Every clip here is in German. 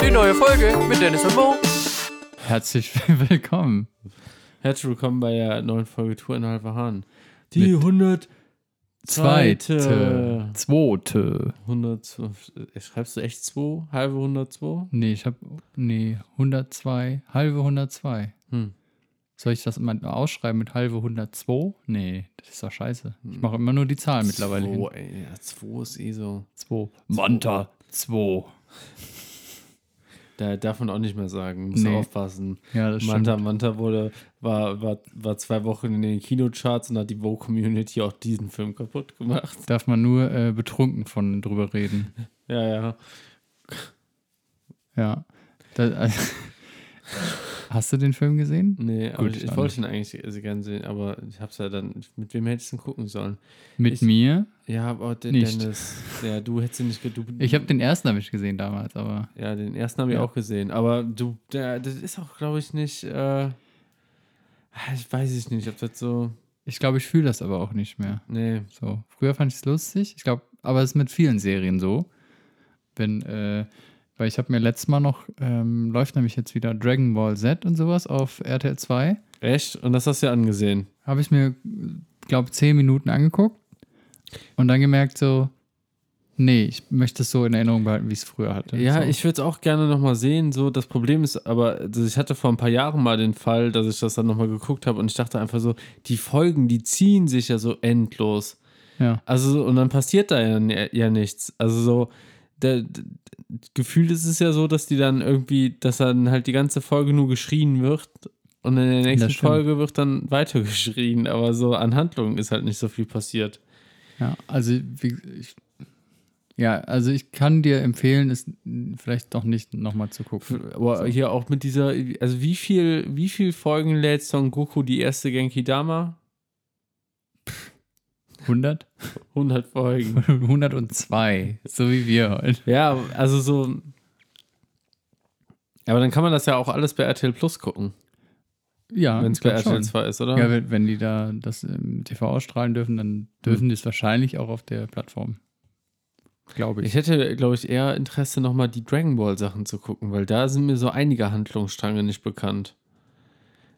Folge mit Dennis und Mo. Herzlich willkommen. Herzlich willkommen bei der neuen Folge Tour innerhalb der Hahn. Die Mit 100. Zweite. Zweite. Zweite. 112. äh, Schreibst du echt 2? Halbe 102? Nee, ich hab. Nee, 102. Halbe 102. Hm. Soll ich das immer ausschreiben mit halbe 102? Nee, das ist doch scheiße. Hm. Ich mache immer nur die Zahl mittlerweile. hin. 2, ey. Ja, 2 ist eh so. Zwei. Manta. Zwei. Da darf man auch nicht mehr sagen. Muss Nee. aufpassen. Ja, das stimmt. Manta Manta wurde, war, war, war zwei Wochen in den Kinocharts und hat die Vogue-Community auch diesen Film kaputt gemacht. Darf man nur äh, betrunken von drüber reden. Ja, ja. Ja. Da, äh, hast du den Film gesehen? Nee, aber Gut, ich, dann- ich wollte ihn eigentlich sehr gerne sehen, aber ich hab's ja dann. Mit wem hättest du ihn gucken sollen? Mit Ich- mir? Ja, aber der Nicht. Dennis. Ja, du hättest ihn nicht. ge- Du, Ich habe den ersten habe ich gesehen damals, aber Ja, den ersten habe ich Ja. auch gesehen. Aber du, der, das ist auch, glaube ich, nicht. Äh, ich weiß ich nicht, ob das so. ich glaube, ich fühle das aber auch nicht mehr. Nee. So, früher fand ich es lustig. Ich glaube, aber es ist mit vielen Serien so. Wenn, äh, weil ich habe mir letztes Mal noch, ähm, läuft nämlich jetzt wieder Dragon Ball Z und sowas auf RTL 2. Echt? Und das hast du ja angesehen. Habe ich mir, glaube zehn Minuten angeguckt und dann gemerkt so, nee, ich möchte es so in Erinnerung behalten, wie ich es früher hatte. Ja, so. ich würde es auch gerne nochmal sehen. So, das Problem ist aber, also ich hatte vor ein paar Jahren mal den Fall, dass ich das dann nochmal geguckt habe und ich dachte einfach so, die Folgen, die ziehen sich ja so endlos. Ja, Also, so- und dann passiert da ja, n- ja nichts. Also, so, der, d- d- gefühlt ist es ja so, dass die dann irgendwie, dass dann halt die ganze Folge nur geschrien wird und in der nächsten stimmt. Folge wird dann weiter geschrien, aber so an Handlungen ist halt nicht so viel passiert. ja, also wie, ich, ja, also ich kann dir empfehlen, es vielleicht doch nicht nochmal zu gucken. Aber hier auch mit dieser, also wie viel, wie viel Folgen lädt Son Goku die erste Genki Dama? 100? 100 Folgen. 102, so wie wir heute. ja, also so. Aber dann kann man das ja auch alles bei RTL Plus gucken, Ja, wenn es ich bei glaub RTL schon. 2 ist, oder? Ja, wenn, wenn die da das im TV ausstrahlen dürfen, Mhm. dann dürfen die es wahrscheinlich auch auf der Plattform. Glaube ich. Ich hätte, glaube ich, eher Interesse, nochmal die Dragon Ball Sachen zu gucken, weil da sind mir so einige Handlungsstränge nicht bekannt.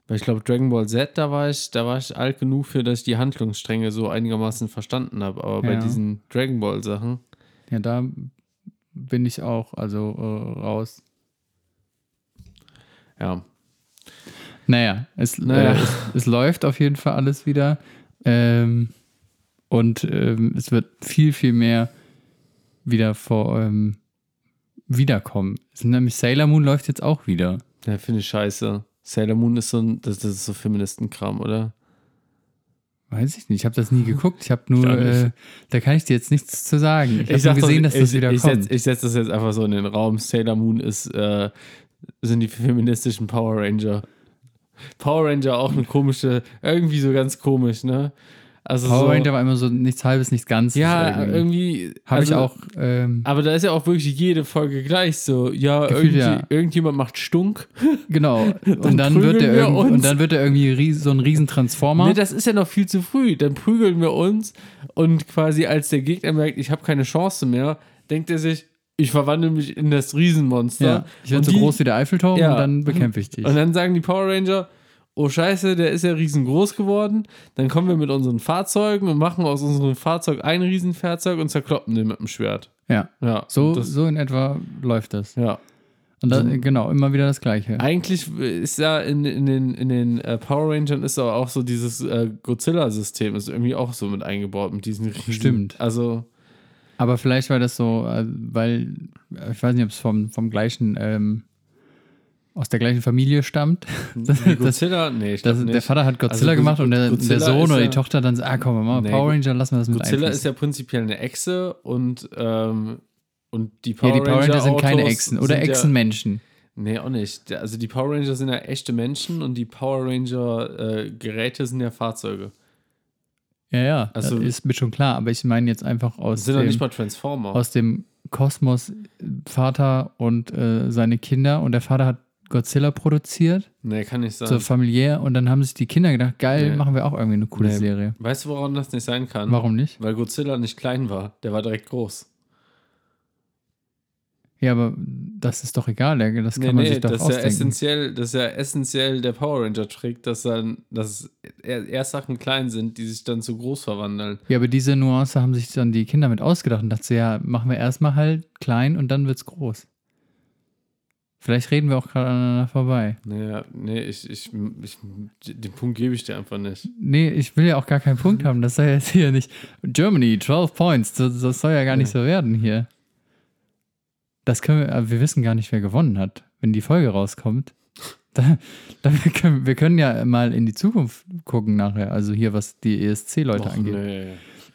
Weil ich glaube, Dragon Ball Z, da war ich, da war ich alt genug für, dass ich die Handlungsstränge so einigermaßen verstanden habe. Aber bei Ja. diesen Dragon Ball Sachen, Ja, da bin ich auch, also äh, raus. ja. Naja, es, Naja. Äh, es, es läuft auf jeden Fall alles wieder. Ähm, und ähm, es wird viel, viel mehr wieder vor ähm, wiederkommen. Es sind nämlich Sailor Moon läuft jetzt auch wieder. Ja, finde ich scheiße. Sailor Moon ist so ein, das, das ist so Feministenkram, oder? Weiß ich nicht, ich habe das nie geguckt. Ich habe nur, auch nicht. äh, da kann ich dir jetzt nichts zu sagen. Ich, sag habe doch, gesehen, dass das ich, wieder ich kommt. setz- ich setze das jetzt einfach so in den Raum. Sailor Moon ist, äh, sind die feministischen Power Ranger. Power Ranger auch eine komische, irgendwie so ganz komisch, ne? Also Power so, Ranger war immer so nichts Halbes, nichts Ganzes. Ja, äh, irgendwie. Habe ich also- auch. Ähm, Aber da ist ja auch wirklich jede Folge gleich so. Ja, Gefühlt, irgendwie, ja. irgendjemand macht Stunk. genau. und, dann wird prügeln der wir irgend, uns. und dann wird er irgendwie ries, so ein Riesentransformer. Nee, das ist ja noch viel zu früh. Dann prügeln wir uns und quasi als der Gegner merkt, ich habe keine Chance mehr, denkt er sich, ich verwandle mich in das Riesenmonster. ja, ich werde Und so die- groß wie der Eiffelturm Ja. und dann bekämpfe ich dich. Und dann sagen die Power Ranger, oh scheiße, der ist ja riesengroß geworden. Dann kommen wir mit unseren Fahrzeugen und machen aus unserem Fahrzeug ein Riesenfahrzeug und zerkloppen den mit dem Schwert. ja, Ja, so, das, so in etwa läuft das. ja. Und dann, genau, immer wieder das Gleiche. Eigentlich ist ja in, in den, in den äh, Power Rangers ist aber auch so dieses äh, Godzilla-System ist irgendwie auch so mit eingebaut mit diesen Riesen. Stimmt. Also Aber vielleicht war das so, äh, weil äh, ich weiß nicht, ob es vom, vom gleichen, ähm, aus der gleichen Familie stammt. Das, Wie das, Godzilla? Nee, ich das, glaub nicht. der Vater hat Godzilla Also, Go- gemacht und der, Godzilla der Sohn ist oder die ja- Tochter dann so, ah komm, Mama, Nee, Power Go- Ranger, lassen wir das mit Godzilla einfließen. ist ja prinzipiell eine Echse und ähm, und die ja, Power, die Power Ranger sind keine Autos Echsen oder sind Echsenmenschen. Ja, nee, auch nicht. Der- Also die Power Ranger sind ja echte Menschen und die Power Ranger äh, Geräte sind ja Fahrzeuge. Ja, ja, Also- das ist mir schon klar, aber ich meine jetzt einfach aus Das sind doch dem, nicht mal Transformer. aus dem Kosmos äh, Vater und äh, seine Kinder und der Vater hat Godzilla produziert, nee, kann nicht sein. so familiär und dann haben sich die Kinder gedacht, geil, Nee. machen wir auch irgendwie eine coole Nee. Serie. weißt du, woran das nicht sein kann? Warum nicht? Weil Godzilla nicht klein war. Der war direkt groß. Ja, aber das ist doch egal, ja, das kann man sich doch das ist ja ausdenken. essentiell, das ist ja essentiell der Power Ranger Trick, dass dann, dass er- erst Sachen klein sind, die sich dann zu groß verwandeln. Ja, aber diese Nuance haben sich dann die Kinder mit ausgedacht und dachten, so, ja, machen wir erstmal halt klein und dann wird's groß. Vielleicht reden wir auch gerade aneinander vorbei. Naja, nee, ich, ich, ich den Punkt gebe ich dir einfach nicht. Nee, ich will ja auch gar keinen Mhm. Punkt haben. Das soll ja jetzt hier nicht. Germany, 12 Points. Das, das soll ja gar nicht so werden hier. Das können wir, aber wir wissen gar nicht, wer gewonnen hat. Wenn die Folge rauskommt, da, da wir, können, wir können ja mal in die Zukunft gucken nachher. Also hier, was die ESC-Leute Och, angeht. nee.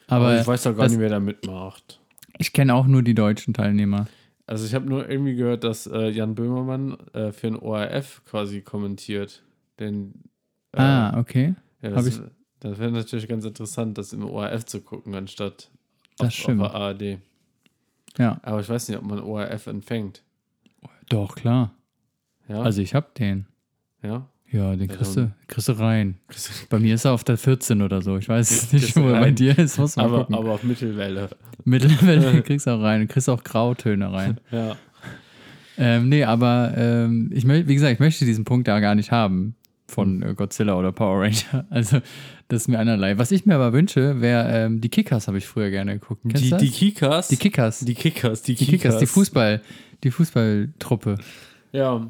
Aber, ich weiß doch gar das- nicht, wer da mitmacht. ich kenne auch nur die deutschen Teilnehmer. Also ich habe nur irgendwie gehört, dass äh, Jan Böhmermann äh, für den ORF quasi kommentiert. Denn äh, ah, okay. ja, hab das, ich- das wäre natürlich ganz interessant, das im ORF zu gucken, anstatt Das auf, stimmt. auf der ARD. Ja, Aber ich weiß nicht, ob man ORF empfängt. doch, klar. Ja. Also ich hab den. ja? Ja, den Ja, kriegst dann- du, kriegst du rein. Bei mir ist er auf der 14 oder so. Ich weiß es nicht, Kriegst du wo er bei rein. dir ist. Muss man aber, gucken. aber auf Mittelwelle. Mittelwelle kriegst du auch rein, kriegst auch Grautöne rein. Ja. ähm, nee, aber ähm, ich mö- wie gesagt, ich möchte diesen Punkt da gar nicht haben von Hm. äh, Godzilla oder Power Ranger. Also, das ist mir einerlei. Was ich mir aber wünsche, wäre, ähm, die Kickers habe ich früher gerne geguckt. Kennst du Die, das? die Kickers. die Kickers. Die, Die Kickers. Die Kickers. Kickers, die Fußball, die Fußballtruppe. Ja,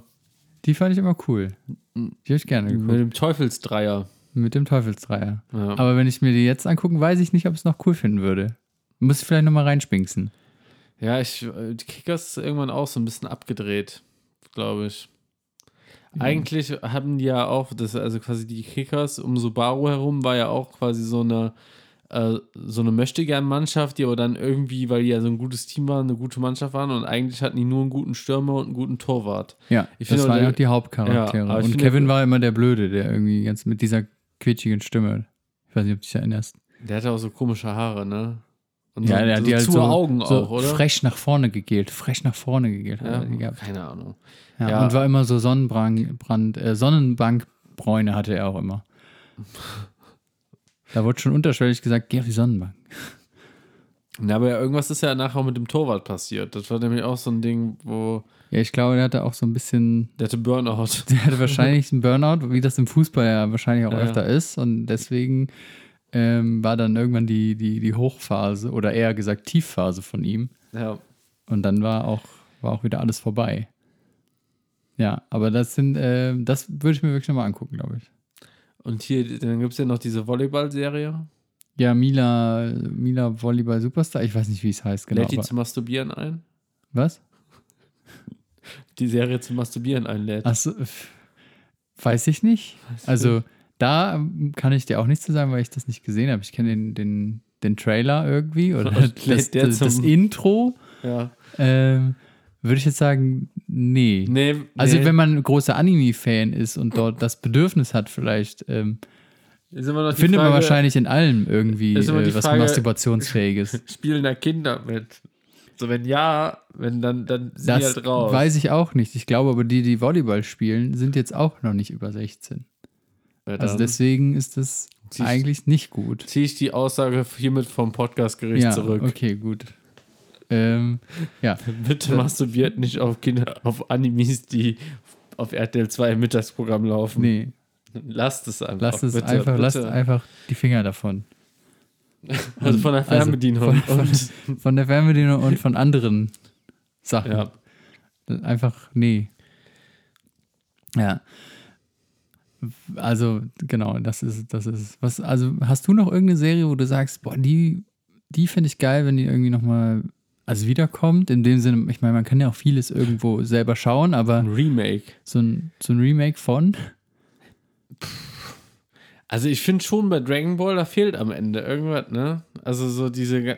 Die fand ich immer cool. Hm. Die habe ich gerne geguckt. mit dem Teufelsdreier. Mit dem Teufelsdreier. Ja. Aber wenn ich mir die jetzt angucken, weiß ich nicht, ob ich es noch cool finden würde. Muss ich vielleicht nochmal reinspinksen. Ja, ich, äh, die Kickers ist irgendwann auch so ein bisschen abgedreht, glaube ich. Mhm. Eigentlich haben die ja auch, das, also quasi die Kickers um Subaru herum war ja auch quasi so eine, äh, so eine Möchtegern-Mannschaft, die aber dann irgendwie, weil die ja so ein gutes Team waren, eine gute Mannschaft waren und eigentlich hatten die nur einen guten Stürmer und einen guten Torwart. Ja, Ich das finde, waren der- auch die Hauptcharaktere. Ja, aber ich und finde- Kevin war immer der Blöde, der irgendwie ganz mit dieser quetschigen Stimme. Ich weiß nicht, ob du dich erinnerst. Der hatte auch so komische Haare, ne? Und Ja, so, der hat die halt zu so, Augen so auch, oder? frech nach vorne gegelt. Frech nach vorne gegelt. hat ja, er die gehabt. keine Ahnung. Ja, Ja. Und war immer so Sonnenbrand, Brand, äh, Sonnenbankbräune hatte er auch immer. Da wurde schon unterschwellig gesagt, geh auf die Sonnenbank. Na, aber ja, irgendwas ist ja nachher auch mit dem Torwart passiert. Das war nämlich auch so ein Ding, wo Ja, ich glaube, der hatte auch so ein bisschen der hatte Burnout. Der hatte wahrscheinlich einen Burnout, wie das im Fußball ja wahrscheinlich auch Ja, ja. öfter ist. Und deswegen ähm, war dann irgendwann die, die, die Hochphase oder eher gesagt Tiefphase von ihm. Ja. Und dann war auch, war auch wieder alles vorbei. Ja, aber das sind, ähm, das würde ich mir wirklich nochmal angucken, glaube ich. Und hier, dann gibt es ja noch diese Volleyball-Serie. Ja, Mila, Mila Volleyball Superstar, ich weiß nicht, wie es heißt, genau. Lädt die aber- zu masturbieren ein? was? Die Serie zum Masturbieren einlädt. Achso, weiß ich nicht. also da ähm, kann ich dir auch nichts zu sagen, weil ich das nicht gesehen habe. Ich kenne den, den, den Trailer irgendwie oder Und das, lädt der das, das zum- Intro. Ja. Ähm, Würde ich jetzt sagen, nee. Nee, Also nee. wenn man ein großer Anime-Fan ist und dort das Bedürfnis hat, vielleicht ähm, Ist immer noch die findet man Frage, wahrscheinlich in allem irgendwie ist immer die äh, was Frage- masturbationsfähiges. Spielen da Kinder mit? So, wenn ja, wenn dann, dann sind die Das halt raus. weiß ich auch nicht. Ich glaube aber, die, die Volleyball spielen, sind jetzt auch noch nicht über 16. ja, Also dann deswegen ist das Ähm. Siehst- eigentlich nicht gut. ziehe ich die Aussage hiermit vom Podcastgericht zurück. Okay, gut. Ähm, ja, Bitte masturbiert nicht auf Kinder, auf Animes, die auf RTL 2 im Mittagsprogramm laufen. nee, Lasst es einfach. lasst es bitte, einfach, bitte. lasst einfach die Finger davon. Also von der Also Fernbedienung. von- und, Von der Fernbedienung und von anderen Sachen. ja. Einfach, nee. Ja. Also, genau, das ist, das ist. Was, also, hast du noch irgendeine Serie, wo du sagst, boah, die, die finde ich geil, wenn die irgendwie nochmal, also wiederkommt? In dem Sinne, ich meine, man kann ja auch vieles irgendwo selber schauen, aber Ein Remake. so ein, so ein Remake von. Also ich finde schon bei Dragon Ball, da fehlt am Ende irgendwas, ne? Also so diese ga-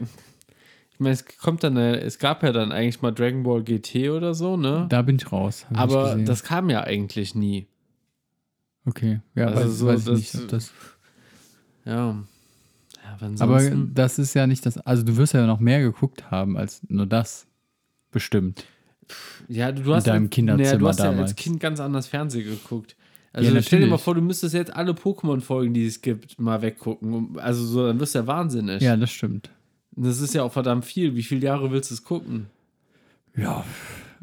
Ich meine, es kommt dann, äh, es gab ja dann eigentlich mal Dragon Ball GT oder so, ne? Da bin ich raus. hab ich nicht Aber gesehen. das kam ja eigentlich nie. Okay, ja, Also weiß, so, weiß ich das- nicht. Ob das, Ja. ja aber aber ansonsten, das ist ja nicht das. Also, du wirst ja noch mehr geguckt haben als nur das. Bestimmt. ja, du hast deinem ja- Kinderzimmer naja, du hast ja damals. als Kind ganz anders Fernsehen geguckt. Also Ja, stell dir mal natürlich. vor, du müsstest jetzt alle Pokémon-Folgen, die es gibt, mal weggucken. Um- Also so, dann wirst du ja wahnsinnig. Ja, das stimmt. Und Das ist ja auch verdammt viel. Wie viele Jahre willst du es gucken? Ja,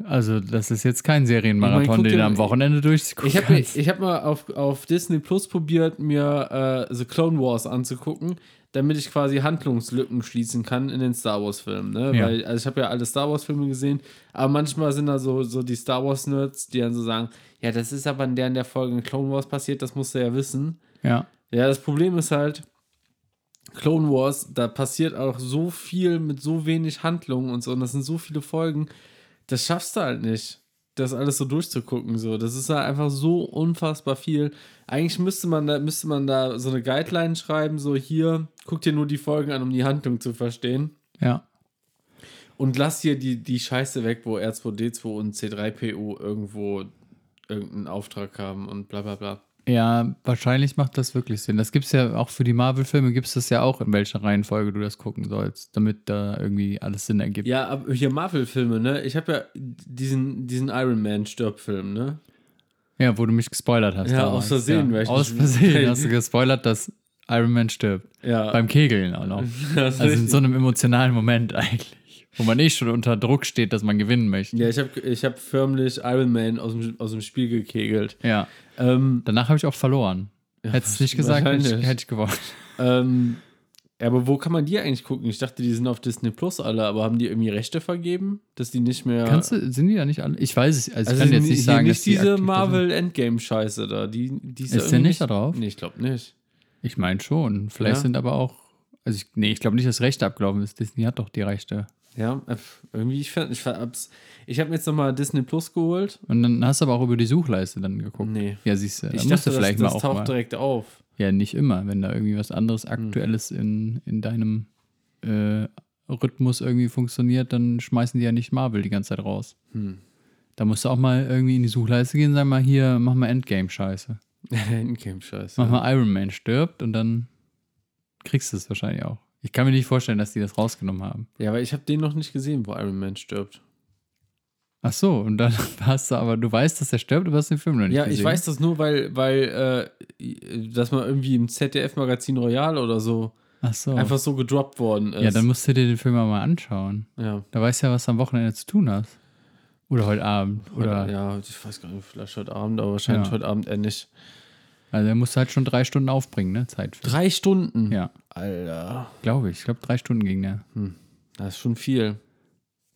Also, das ist jetzt kein Ich meine, Serienmarathon, guck den dir- du am Wochenende durchguckst. Ich habe ich hab mal auf, auf Disney Plus probiert, mir äh, The Clone Wars anzugucken, damit ich quasi Handlungslücken schließen kann in den Star Wars-Filmen. Ne? Ja. Weil, also ich habe ja alle Star Wars-Filme gesehen, aber manchmal sind da so, so die Star Wars-Nerds, die dann so sagen, ja, das ist aber in der, in der Folge in Clone Wars passiert, das musst du ja wissen. Ja, Ja, das Problem ist halt, Clone Wars, da passiert auch so viel mit so wenig Handlung und so, und das sind so viele Folgen, das schaffst du halt nicht, das alles so durchzugucken. So. Das ist halt einfach so unfassbar viel. Eigentlich müsste man da, müsste man da so eine Guideline schreiben, so hier, guck dir nur die Folgen an, um die Handlung zu verstehen. ja. Und lass hier die, die Scheiße weg, wo R2D2 und C3PO irgendwo irgendeinen Auftrag haben und bla bla bla. Ja, wahrscheinlich macht das wirklich Sinn. Das gibt's ja auch für die Marvel-Filme, gibt's das ja auch, in welcher Reihenfolge du das gucken sollst, damit da irgendwie alles Sinn ergibt. Ja, aber hier Marvel-Filme, ne? Ich habe ja diesen, diesen Iron Man-Stirb-Film, ne? Ja, wo du mich gespoilert hast. Ja, aus Versehen, weil ich Aus nicht- Versehen hast du gespoilert, dass Iron Man stirbt. Ja. Beim Kegeln auch noch. Das Also in ist- so einem emotionalen Moment eigentlich, wo man eh schon unter Druck steht, dass man gewinnen möchte. ja, ich habe ich hab förmlich Iron Man aus dem, aus dem Spiel gekegelt. Ja. Ähm, Danach habe ich auch verloren. Hättest du nicht gesagt, hätte ich, wahrscheinlich. hätte ich gewonnen. ähm, ja, aber wo kann man die eigentlich gucken? Ich dachte, die sind auf Disney Plus alle, aber haben die irgendwie Rechte vergeben, dass die nicht mehr. Kannst du, sind die da nicht alle? Ich weiß es, also, also ich kann sind jetzt die- nicht hier sagen, dass nicht die diese aktiv da sind. Marvel-Endgame-Scheiße da. Die, die Ist der irgendwie nicht da drauf? Nee, ich glaube nicht. Ich meine schon. Vielleicht Ja. sind aber auch, also ich, nee, ich glaube nicht, dass Rechte abgelaufen ist. Disney hat doch die Rechte. Ja, äh, irgendwie, ich, fand- ich, fand- ich habe mir jetzt nochmal Disney Plus geholt. Und dann hast du aber auch über die Suchleiste dann geguckt. Nee. Ja, siehst du, da Ich musst dachte, du vielleicht das, mal das auch taucht mal. direkt auf. Ja, nicht immer, wenn da irgendwie was Hm. anderes Aktuelles in, in deinem äh, Rhythmus irgendwie funktioniert, dann schmeißen die ja nicht Marvel die ganze Zeit raus. Hm. Da musst du auch mal irgendwie in die Suchleiste gehen, sag mal hier, mach mal Endgame-Scheiße. Endgame-Scheiße. Mach mal Iron Man stirbt und dann kriegst du es wahrscheinlich auch. Ich kann mir nicht vorstellen, dass die das rausgenommen haben. Ja, aber ich habe den noch nicht gesehen, wo Iron Man stirbt. Ach so, und dann hast du aber, du weißt, dass er stirbt, aber hast den Film noch nicht Ja, gesehen. ich weiß das nur, weil, weil äh, dass man irgendwie im ZDF-Magazin Royal oder so Ach so. einfach so gedroppt worden ist. Oh. ja, dann musst du dir den Film mal anschauen. ja. Da weißt du ja, was du am Wochenende zu tun hast. Oder heute Abend. Oder, Oder, ja, ich weiß gar nicht, vielleicht heute Abend, aber wahrscheinlich Ja. heute Abend eher nicht. Also er musste halt schon drei Stunden aufbringen, ne? Zeit für. Drei Stunden? Ja, Alter, glaube ich. Ich glaube, drei Stunden ging der. das ist schon viel.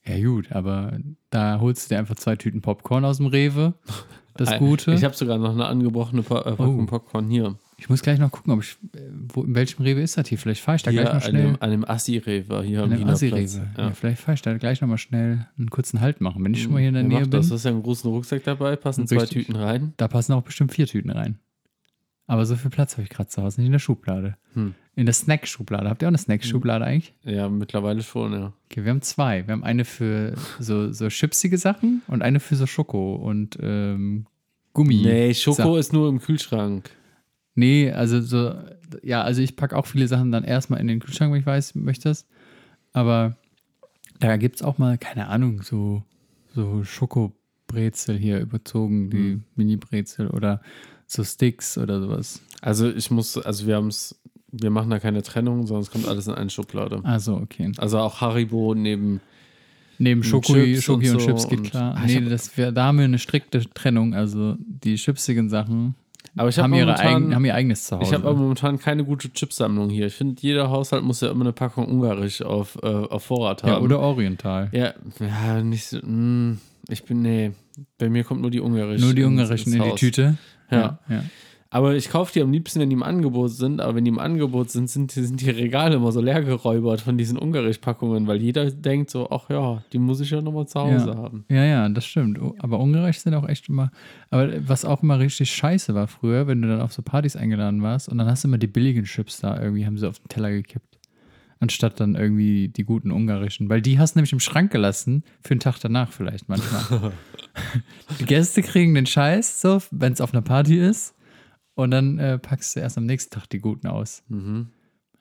Ja, gut, aber da holst du dir einfach zwei Tüten Popcorn aus dem Rewe. Das Gute. Ich habe sogar noch eine angebrochene pa äh, Packung Oh. Popcorn hier. Ich muss gleich noch gucken, ob ich, äh, wo, in welchem Rewe ist das hier? Vielleicht fahre ich da Hier gleich noch an dem, schnell. an dem Assi-Rewe, hier am An dem Wiener Assi-Rewe. Platz. Ja. Ja. vielleicht fahre ich da gleich nochmal schnell einen kurzen Halt machen. Wenn ich schon mal hier in der Ja, mach Nähe bin, Hm, das. Du hast ja einen großen Rucksack dabei, passen zwei Richtig. Tüten rein. da passen auch bestimmt vier Tüten rein. Aber so viel Platz habe ich gerade zu Hause, nicht in der Schublade. Hm. In der Snack-Schublade. Habt ihr auch eine Snack-Schublade eigentlich? Ja, mittlerweile schon, ja. Okay, wir haben zwei. Wir haben eine für so, so chipsige Sachen und eine für so Schoko und ähm, Gummi. Nee, Schoko Sa- ist nur im Kühlschrank. Nee, also so, ja, also ich packe auch viele Sachen dann erstmal in den Kühlschrank, wenn ich weiß, möchte das. Aber da gibt es auch mal, keine Ahnung, so, so Schokobrezel hier überzogen, die Mhm. Mini-Brezel oder so Sticks oder sowas. Also ich muss, also wir haben es, wir machen da keine Trennung, sondern es kommt alles in eine Schublade. Also, okay. Also auch Haribo neben. Neben Schoko, Chips Schoki und und, so Chips geht und- klar. Ah, ich nee, hab- das wär, da haben wir eine strikte Trennung. Also die chipsigen Sachen Aber ich habe haben, ihre momentan, eigen, haben ihr eigenes Zuhause. ich habe momentan keine gute Chipsammlung hier. Ich finde, jeder Haushalt muss ja immer eine Packung Ungarisch auf, äh, auf Vorrat haben. ja, oder Oriental. Ja, ja nicht so. mm, ich bin nee, bei mir kommt nur die Ungarischen. Nur die ins- ungarischen ins in die Haus. Tüte. Ja. ja. Aber ich kaufe die am liebsten, wenn die im Angebot sind. Aber wenn die im Angebot sind, sind, die- sind die Regale immer so leer geräubert von diesen Ungarisch-Packungen, weil jeder denkt so, ach ja, die muss ich ja nochmal zu Hause ja. haben. Ja, ja, das stimmt. O- Aber ungerecht sind auch echt immer. Aber was auch immer richtig scheiße war früher, wenn du dann auf so Partys eingeladen warst und dann hast du immer die billigen Chips da irgendwie, haben sie auf den Teller gekippt. Anstatt dann irgendwie die guten ungarischen. Weil die hast du nämlich im Schrank gelassen, für den Tag danach vielleicht manchmal. die Gäste kriegen den Scheiß, so, wenn es auf einer Party ist. Und dann äh, packst du erst am nächsten Tag die guten aus. Mhm.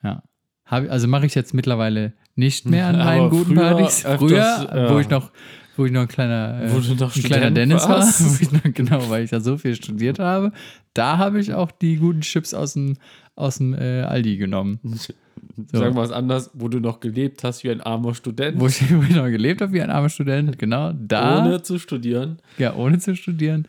Ja. Hab, ich- also mache ich jetzt mittlerweile nicht mehr an meinen Aber guten früher Partys. öfters, Früher, ja. wo ich noch, wo ich noch ein kleiner, äh, Wo du noch ein kleiner Student Dennis warst. war, wo ich noch, genau, weil ich da so viel studiert habe, da habe ich auch die guten Chips aus dem, aus dem äh, Aldi genommen. So. Sagen wir es anders, wo du noch gelebt hast wie ein armer Student, Wo ich, wo ich noch gelebt habe wie ein armer Student, genau, da, ohne zu studieren. ja, ohne zu studieren.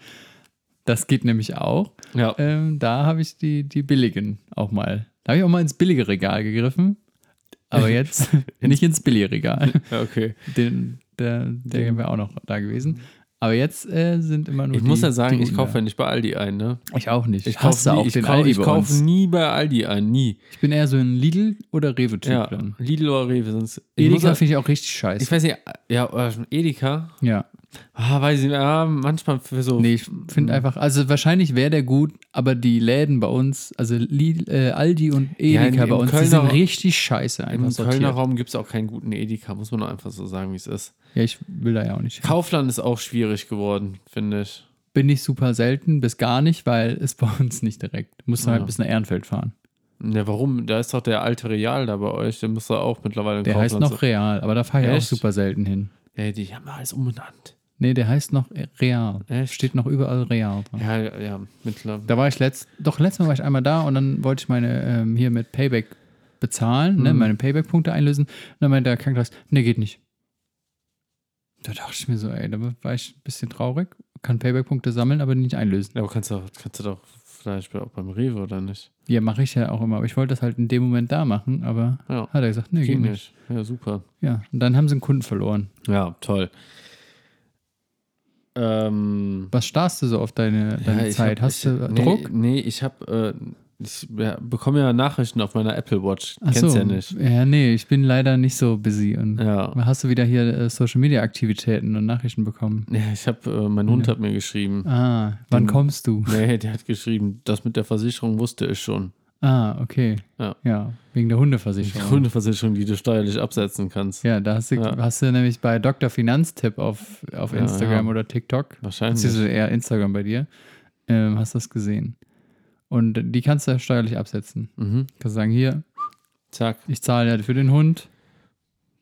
Das geht nämlich auch. Ja. Ähm, da habe ich die, die billigen auch mal. Da habe ich auch mal ins billige Regal gegriffen. Aber jetzt nicht ins billige Regal. ja okay. Den, der der wäre auch noch da gewesen. Aber jetzt äh, sind immer nur Ich muss die- ja sagen, die ich guten kaufe ja nicht bei Aldi ein, ne? da. Ich auch nicht. Ich Ich hasse nie- auch ich den kau- Aldi Ich bei kaufe uns. nie bei Aldi ein, nie. Ich bin eher so ein Lidl- oder Rewe-Typ Ja, dann. Lidl oder Rewe, sonst. Ich, muss, Edeka ja- finde ich auch richtig scheiße. ich weiß nicht, ja, oder Edeka. ja. Ah, weiß ich nicht, ah, manchmal für so. Nee, ich finde einfach, also wahrscheinlich wäre der gut, aber die Läden bei uns, also Lidl, äh, Aldi und Ja, Edeka im bei uns, die Kölner- sind richtig scheiße einfach Im sortiert. Kölner Raum gibt es auch keinen guten Edeka, muss man einfach so sagen, wie es ist. Ja, ich will da ja auch nicht. hin. Kaufland ist auch schwierig geworden, finde ich. Bin ich super selten, bis gar nicht, weil es bei uns nicht direkt. Muss man Ja. halt bis nach Ehrenfeld fahren. Ja, warum? Da ist doch der alte Real da bei euch, der muss da auch mittlerweile in Der heißt Kaufland noch Real, aber da fahre ich auch Echt? super selten hin. sein. Ja, die haben alles umbenannt. Nee, der heißt noch Real. Echt? Steht noch überall Real dran. Ja, ja, ja mittlerweile. Da war ich letzt, doch letztes Mal war ich einmal da und dann wollte ich meine ähm, hier mit Payback bezahlen, ne, Mhm. meine Payback-Punkte einlösen. Und dann meinte der Krankenhaus, nee, geht nicht. Da dachte ich mir so, ey, da war ich ein bisschen traurig, kann Payback-Punkte sammeln, aber die nicht einlösen. Ja, aber kannst du, doch- kannst du doch vielleicht auch beim Rewe oder nicht? Ja, mache ich ja auch immer, aber ich wollte das halt in dem Moment da machen, aber Ja. hat er gesagt, nee, geht, Geht nicht. nicht. Ja, super. Ja, und dann haben sie einen Kunden verloren. Ja, toll. Ähm, Was starrst du so auf deine, deine ja, ich Zeit? hab- Hast ich, du nee, Druck? Nee, ich habe, äh, ich ja, bekomme ja Nachrichten auf meiner Apple Watch. Ach Kennst so. ja nicht. Ja, nee, ich bin leider nicht so busy und Ja. hast du wieder hier äh, Social Media Aktivitäten und Nachrichten bekommen? Ja, ich habe, äh, mein Hund hat mir geschrieben. Ah, wann Genau. kommst du? Nee, der hat geschrieben, das mit der Versicherung wusste ich schon. Ah, okay. Ja. wegen der Die Hundeversicherung. Hundeversicherung, die du steuerlich absetzen kannst. Ja, da hast du, Ja. hast du nämlich bei Dr. Finanztipp auf, auf Ja, Instagram ja. oder TikTok, Wahrscheinlich. beziehungsweise eher Instagram bei dir, ähm, hast du das gesehen. Und die kannst du ja steuerlich absetzen. Mhm. Kannst sagen, hier, Zack. ich zahle ja für den Hund.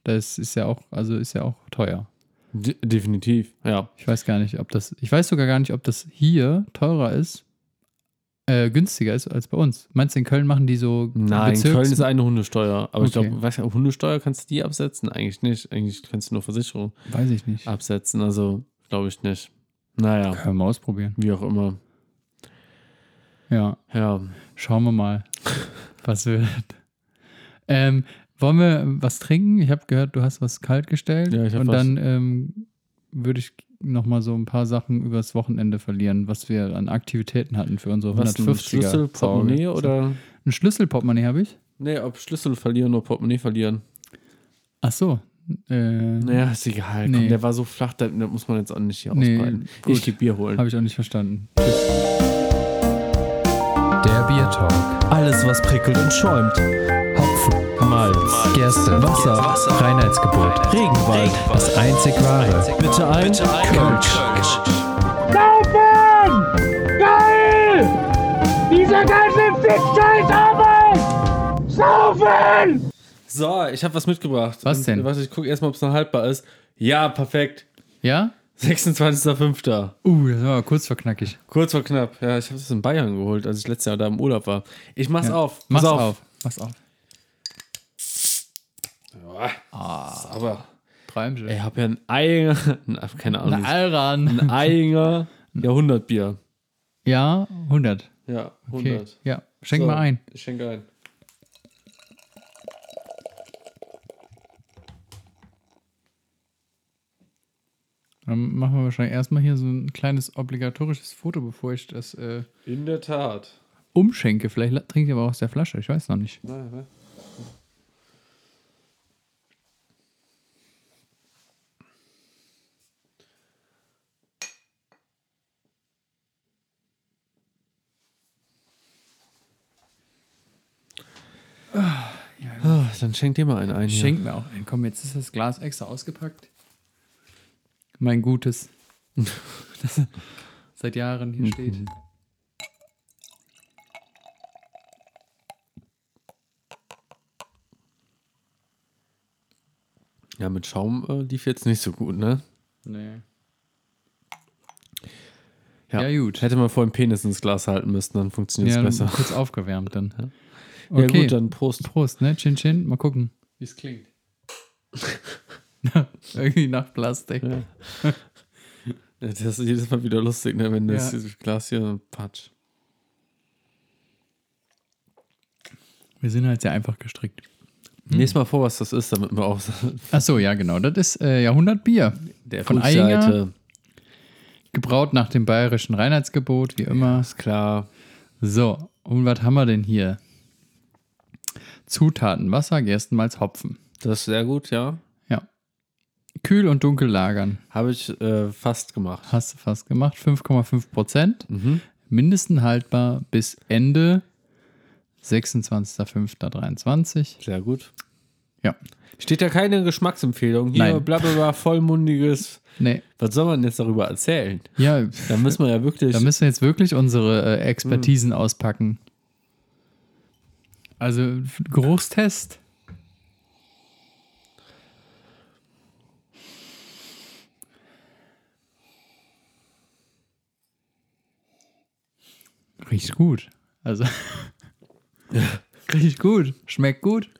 Das ist ja auch, also ist ja auch teuer. De definitiv. Ja. Ich weiß gar nicht, ob das, ich weiß sogar gar nicht, ob das hier teurer ist, äh, günstiger ist als bei uns. Meinst du, in Köln machen die so Nein, Bezirks- Köln ist eine Hundesteuer. Aber ich Okay. glaube, weißt du, Hundesteuer kannst du die absetzen? Eigentlich nicht. Eigentlich kannst du nur Versicherung Weiß ich nicht. absetzen. Also, glaube ich nicht. Naja, Können wir ausprobieren. wie auch immer. Ja, Ja. schauen wir mal, was wird. Ähm, wollen wir was trinken? Ich habe gehört, du hast was kalt gestellt. Ja, ich hab Und was. dann ähm, würde ich noch mal so ein paar Sachen übers Wochenende verlieren, was wir an Aktivitäten hatten für unsere Was, ein 150er. Schlüssel, Portemonnaie Sorge. oder? Ein Schlüsselportemonnaie habe ich? Nee, ob Schlüssel verlieren oder Portemonnaie verlieren. Ach so. Äh, Naja, ist egal. Komm, Nee. der war so flach, da, da muss man jetzt auch nicht hier Nee, ausbreiten. gut. Ich geh Bier holen. Habe ich auch nicht verstanden. Der Bier Talk. Alles, was prickelt und schäumt. Hopfen, Malz, Gerste, Wasser, Reinheitsgebot. Regenwald, das einzig wahre. Bitte ein Kölsch. kaufen! Geil! Diese ganze Fick-Scheiß-Arbeit! Saufen! So, ich habe was mitgebracht. Was Und, denn? Warte, ich gucke erstmal, ob es noch haltbar ist. Ja, perfekt. Ja? 26.05. Uh, das war aber kurz vor knackig. Kurz vor knapp. Ja, ich habe es in Bayern geholt, als ich letztes Jahr da im Urlaub war. Ich mach's auf. Pass Mach's auf. Mach's auf. Aber Träumchen. ich habe ja ein Eiger, na, keine Ahnung. Ein Alran. Eiger Jahrhundertbier. Ja, 100. Ja, 100. Okay. Ja, schenk So, mal ein. Ich schenke ein. Dann machen wir wahrscheinlich erstmal hier so ein kleines obligatorisches Foto, bevor ich das äh, In der Tat. umschenke. Vielleicht la- trinkt ihr aber auch aus der Flasche. Ich weiß noch nicht. Nein, nein. Ah, Dann schenk dir mal einen ein. hier. Schenk mir auch ein. Komm, jetzt ist das Glas extra ausgepackt. Mein Gutes. das seit Jahren hier steht. Ja, mit Schaum äh, lief jetzt nicht so gut, ne? Nee. Ja, gut. Hätte man vorhin Penis ins Glas halten müssen, dann funktioniert Ja, es besser. kurz aufgewärmt dann. Ja Okay. gut, dann Prost. Prost, ne? Chin Chin, mal gucken. Wie es klingt. Irgendwie nach Plastik. Ja. Das ist jedes Mal wieder lustig, ne? wenn das Ja. dieses Glas hier patsch. Wir sind halt sehr einfach gestrickt. Nächstes Mal vor, was das ist, damit wir auch Ach so, ja, genau. Das ist äh, Jahrhundertbier. der Von Rückseite- Ainger? Gebraut nach dem bayerischen Reinheitsgebot, wie immer. Ist klar. So, und was haben wir denn hier? Zutaten: Wasser, Gerstenmalz, Hopfen. Das ist sehr gut, ja. Ja. Kühl und dunkel lagern. Habe ich äh, fast gemacht. Hast du fast gemacht. 5,5 Prozent. Mhm. Mindesten haltbar bis Ende 26.05.23. Sehr gut. Ja. Steht ja keine Geschmacksempfehlung. Hier, Nein. blablabla, vollmundiges. Nee. Was soll man jetzt darüber erzählen? Ja, Da müssen wir ja wirklich. Da müssen wir jetzt wirklich unsere äh, Expertisen auspacken. Also f- Geruchstest. Riecht gut. Also riecht gut, schmeckt gut.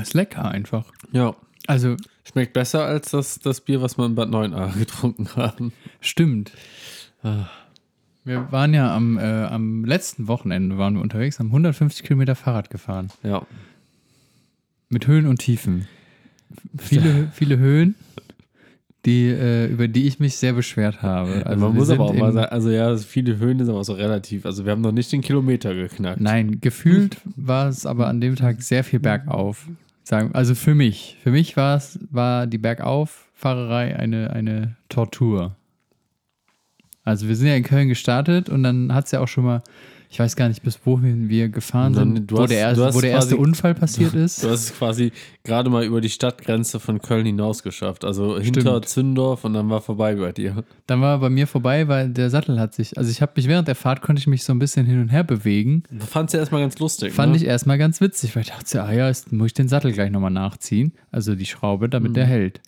Ist lecker einfach. ja. Also Schmeckt besser als das, das Bier, was wir in Bad 9a getrunken haben. Stimmt. Ah. Wir waren ja am, äh, am letzten Wochenende waren wir unterwegs, haben 150 Kilometer Fahrrad gefahren. Ja. Mit Höhen und Tiefen. Viele, viele Höhen, die, äh, über die ich mich sehr beschwert habe. Also man wir muss aber auch sind mal im- sagen, also ja, viele Höhen ist aber so relativ. Also wir haben noch nicht den Kilometer geknackt. Nein, gefühlt war es aber an dem Tag sehr viel bergauf. Sagen, also für mich. Für mich war es, war die Bergauffahrerei eine, eine Tortur. Also wir sind ja in Köln gestartet und dann hat es ja auch schon mal, ich weiß gar nicht, bis wohin wir gefahren Dann- sind, du wo hast- der, du erste, hast wo der erste quasi- Unfall passiert ist. Du hast es quasi gerade mal über die Stadtgrenze von Köln hinaus geschafft. Also hinter Stimmt. Zündorf und dann war vorbei bei dir. Dann war er bei mir vorbei, weil der Sattel hat sich, also ich habe mich während der Fahrt konnte ich mich so ein bisschen hin und her bewegen. Da fandst du erstmal ganz lustig. Fand ne? ich erstmal ganz witzig, weil ich dachte, so, ah ja, jetzt muss ich den Sattel gleich nochmal nachziehen. Also die Schraube, damit Mhm. der hält.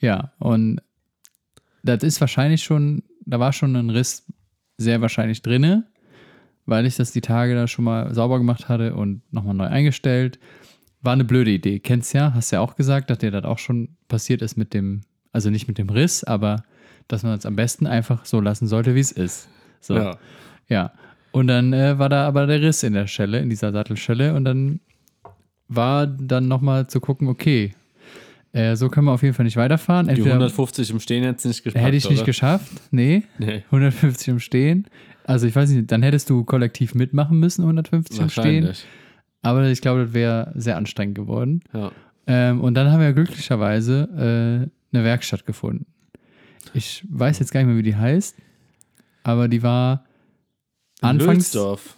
Ja, und das ist wahrscheinlich schon, da war schon ein Riss sehr wahrscheinlich drinne, weil ich das die Tage da schon mal sauber gemacht hatte und nochmal neu eingestellt. War eine blöde Idee. Kennst ja, hast ja auch gesagt, dass dir das auch schon passiert ist mit dem, also nicht mit dem Riss, aber dass man es am besten einfach so lassen sollte, wie es ist. So. Ja. Ja. Und dann äh, war da aber der Riss in der Schelle, in dieser Sattelschelle. Und dann war dann nochmal zu gucken, okay, äh, so können wir auf jeden Fall nicht weiterfahren. Die Entweder 150 im Stehen hättest du nicht geschafft. hätte ich nicht oder? geschafft, nee, Nee. 150 im Stehen. Also ich weiß nicht, dann hättest du kollektiv mitmachen müssen, 150 im Stehen. Wahrscheinlich. Aber ich glaube, das wäre sehr anstrengend geworden. Ja. Ähm, und dann haben wir glücklicherweise äh, eine Werkstatt gefunden. Ich weiß jetzt gar nicht mehr, wie die heißt, aber die war anfangs, Lösdorf.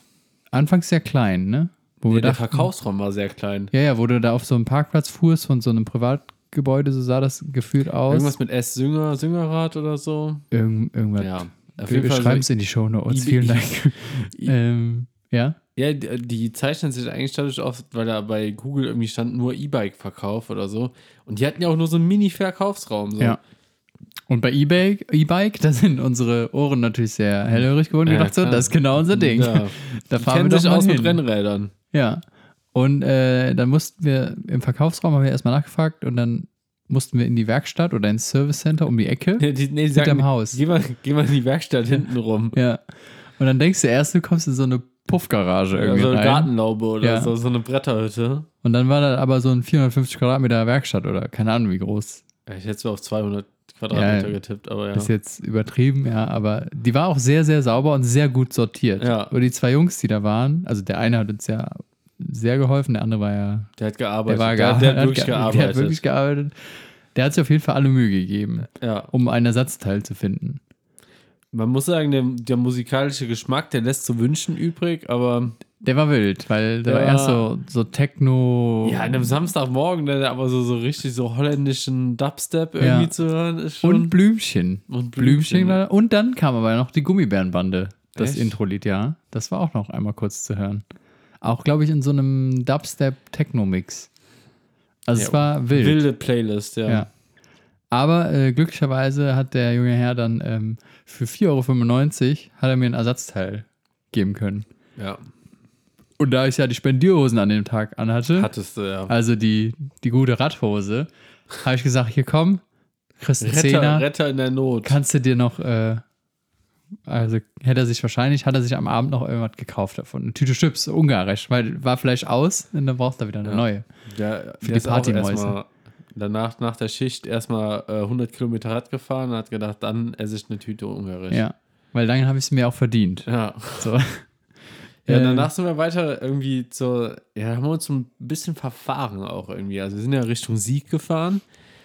anfangs sehr klein, ne? Wo Nee, wir der dachten, Verkaufsraum war sehr klein. ja, ja, wo du da auf so einem Parkplatz fuhrst von so einem Privatgebäude, so sah das gefühlt aus. Irgendwas mit S. Sünger, Süngerrad oder so. Irgend, irgendwas. Ja. Auf Wir jeden Fall schreiben es so, in die Show Notes. Ibi- Vielen Dank. I- ähm, ja, ja, die, die zeichnen sich eigentlich dadurch auf, weil da bei Google irgendwie stand nur E-Bike-Verkauf oder so. Und die hatten ja auch nur so einen Mini-Verkaufsraum. So. ja. Und bei E-Bike, E-Bike, da sind unsere Ohren natürlich sehr hellhörig geworden. Ja, Ja, gedacht so, klar. das ist genau unser Ding. Ja. Da Die fahren wir kennen doch sich mal aus hin. mit Rennrädern. Ja. Und äh, dann mussten wir im Verkaufsraum haben wir erstmal nachgefragt und dann mussten wir in die Werkstatt oder ins Service Center um die Ecke. Nee, die, nee, die Hinterm sagen, Haus. Geh mal, geh mal in die Werkstatt hinten rum. Ja. Und dann denkst du erst, du kommst in so eine Puffgarage Ja, irgendwie so eine rein. Gartenlaube oder Ja. so, so eine Bretterhütte. Und dann war da aber so ein 450 Quadratmeter Werkstatt oder keine Ahnung wie groß. Ja, Ich hätte es auf 200 Quadratmeter Ja, getippt, aber ja. Ist jetzt übertrieben, ja, aber die war auch sehr, sehr sauber und sehr gut sortiert. Ja. Und die zwei Jungs, die da waren, also der eine hat uns ja sehr geholfen, der andere war ja Der hat Der gearbeitet. war der, gearbeitet. der hat wirklich Der hat gearbeitet. wirklich gearbeitet. Der hat sich auf jeden Fall alle Mühe gegeben, ja. um einen Ersatzteil zu finden. Man muss sagen, der, der musikalische Geschmack, der lässt zu wünschen übrig, aber Der war wild, weil der Der war war- erst so, so Techno. ja, an einem Samstagmorgen dann aber so, so richtig so holländischen Dubstep irgendwie Ja. zu hören, ist schon. und Blümchen. Und Blümchen. Blümchen. war- Und dann kam aber noch die Gummibärenbande, das Echt? Intro-Lied, ja. Das war auch noch einmal kurz zu hören. Auch, glaube ich, in so einem Dubstep-Techno-Mix. Also Ja, es war wild. wilde Playlist, ja. Ja. Aber äh, glücklicherweise hat der junge Herr dann ähm, für 4,95 Euro hat er mir ein Ersatzteil geben können. Ja. Und da ich ja die Spendierhosen an dem Tag anhatte, Hattest du ja. also die, die gute Radhose, habe ich gesagt, hier komm, kriegst einen Retter, Zehner, Retter in der Not. kannst du dir noch, äh, also hätte er sich wahrscheinlich, hat er sich am Abend noch irgendwas gekauft davon. Eine Tüte Chips, ungarisch, weil war vielleicht aus und dann brauchst du wieder eine Ja. neue. Der, Für der die ist auch Partymäuse. erstmal Danach, nach der Schicht, erstmal äh, 100 Kilometer Rad gefahren und hat gedacht, dann esse ich eine Tüte Ungarisch. Ja, weil dann habe ich es mir auch verdient. Also. Ja. So. Ja, Äh, danach sind wir weiter irgendwie zur. Ja, haben wir uns ein bisschen verfahren auch irgendwie. Also, wir sind ja Richtung Sieg gefahren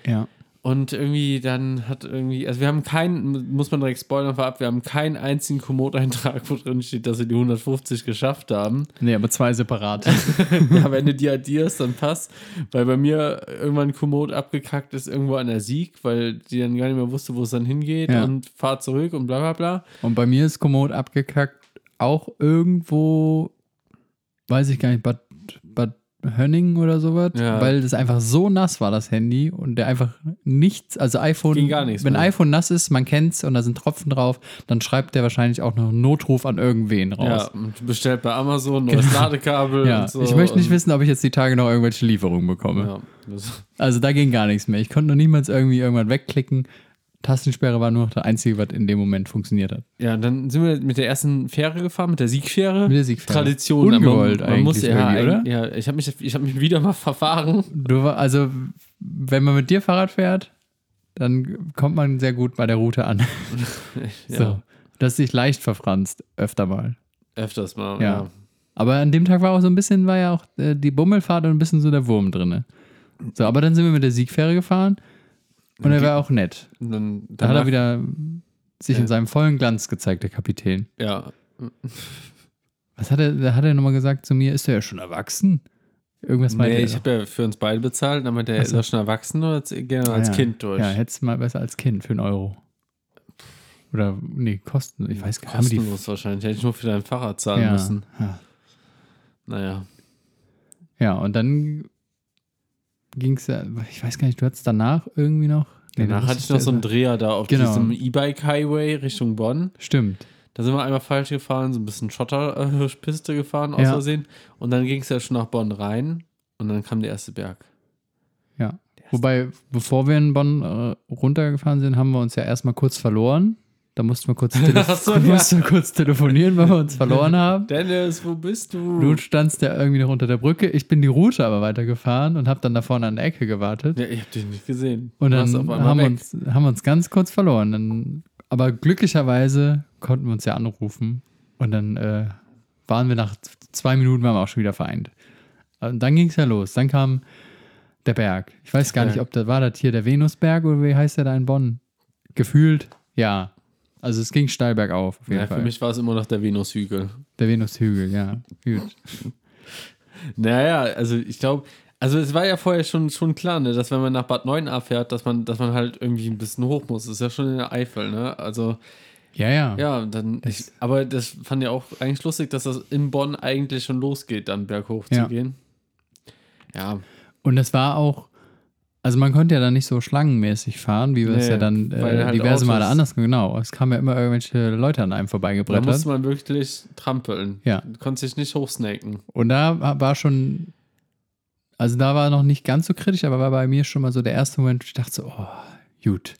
ja. und irgendwie dann hat irgendwie. Also, wir haben keinen, muss man direkt spoilern vorab, wir haben keinen einzigen Komoot-Eintrag, wo drin steht, dass wir die 150 geschafft haben. Nee, aber zwei separat. Mhm. Ja, wenn du die addierst, dann passt. Weil bei mir irgendwann Komoot abgekackt ist irgendwo an der Sieg, weil die dann gar nicht mehr wusste, wo es dann hingeht Ja. und fahr zurück und bla bla bla. Und bei mir ist Komoot abgekackt, auch irgendwo, weiß ich gar nicht, Bad, Bad Hönning oder sowas, Ja. weil das einfach so nass war, das Handy, und der einfach nichts, also iPhone, Ging gar nichts wenn mehr. iPhone nass ist, man kennt's und da sind Tropfen drauf, dann schreibt der wahrscheinlich auch noch einen Notruf an irgendwen Ja, raus. und bestellt bei Amazon neues Ladekabel Genau. Ja, und so. ich möchte nicht und, wissen, ob ich jetzt die Tage noch irgendwelche Lieferungen bekomme. Ja, das, Also da ging gar nichts mehr. Ich konnte noch niemals irgendwie irgendwann wegklicken. Tastensperre war nur noch das Einzige, was in dem Moment funktioniert hat. ja, dann sind wir mit der ersten Fähre gefahren, mit der Siegfähre. Mit der Siegfähre. Tradition. Ungewollt aber man, man muss, eigentlich ja, irgendwie, ein- ja, ich habe mich, ich hab mich wieder mal verfahren. Du, wa- also, wenn man mit dir Fahrrad fährt, dann kommt man sehr gut bei der Route an. Ja, So. Du hast dich leicht verfranst, öfter mal. Öfters mal. Ja. Aber an dem Tag war auch so ein bisschen, war ja auch äh, die Bummelfahrt und ein bisschen so der Wurm drin. So, aber dann sind wir mit der Siegfähre gefahren und er war auch nett. Und dann, Da hat danach- er wieder sich Ja. in seinem vollen Glanz gezeigt, der Kapitän. Ja, Was hat er, da hat er nochmal gesagt zu mir, ist er ja schon erwachsen? Irgendwas meinte nee, er. ich doch. habe ja für uns beide bezahlt, damit der Ach ist so. er schon erwachsen oder z- gerne als Ah, ja. Kind durch. Ja, hättest du mal besser als Kind für einen Euro. Oder, nee, kosten. Ich weiß gar nicht. haben Kostenlos wahrscheinlich. Hätte ich nur für dein Fahrrad Die, zahlen ja. müssen. Ja. Naja. ja, und dann ging es ja, ich weiß gar nicht, du hattest danach irgendwie noch. Nee, Danach das hatte ich ist- noch so einen Dreher da auf Genau. diesem E-Bike-Highway Richtung Bonn. Stimmt. Da sind wir einmal falsch gefahren, so ein bisschen Schotterpiste gefahren, aus Ja. Versehen. Und dann ging es ja schon nach Bonn rein. Und dann kam der erste Berg. Ja. Wobei, bevor wir in Bonn äh, runtergefahren sind, haben wir uns ja erstmal kurz verloren. Da mussten wir kurz, tele Ach so, mussten wir kurz telefonieren, weil wir uns verloren haben. Dennis, wo bist du? Du standst ja irgendwie noch unter der Brücke. Ich bin die Route aber weitergefahren und habe dann da vorne an der Ecke gewartet. ja, ich hab dich nicht gesehen. Und Du dann warst auf einmal haben wir, weg. uns, haben wir uns ganz kurz verloren. Dann, aber glücklicherweise konnten wir uns ja anrufen. Und dann äh, waren wir nach z- zwei Minuten waren wir auch schon wieder vereint. Und dann ging es ja los. Dann kam der Berg. Ich weiß gar nicht, Berg. ob da war das hier der Venusberg oder wie heißt der da in Bonn? Gefühlt, ja. Also es ging steil bergauf. Auf jeden ja, Fall. für mich war es immer noch der Venushügel. Der Venushügel, ja. Gut. Naja, also ich glaube, also es war ja vorher schon, schon klar, ne, dass wenn man nach Bad 9a fährt, dass man, dass man halt irgendwie ein bisschen hoch muss. Das ist ja schon in der Eifel, ne? Also Ja, ja. ja, und dann. Ich, aber das fand ich auch eigentlich lustig, dass das in Bonn eigentlich schon losgeht, dann berghoch Ja. zu gehen. Ja, Und das war auch, also man konnte ja dann nicht so schlangenmäßig fahren, wie wir es Nee, ja dann weil äh, halt diverse Autos- Male anders, genau. Es kamen ja immer irgendwelche Leute an einem da vorbeigebrettert. musste man wirklich trampeln. Ja. Du konntest dich nicht hochsnacken. Und da wa- war schon, also da war noch nicht ganz so kritisch, aber war bei mir schon mal so der erste Moment, wo ich dachte so, oh, gut,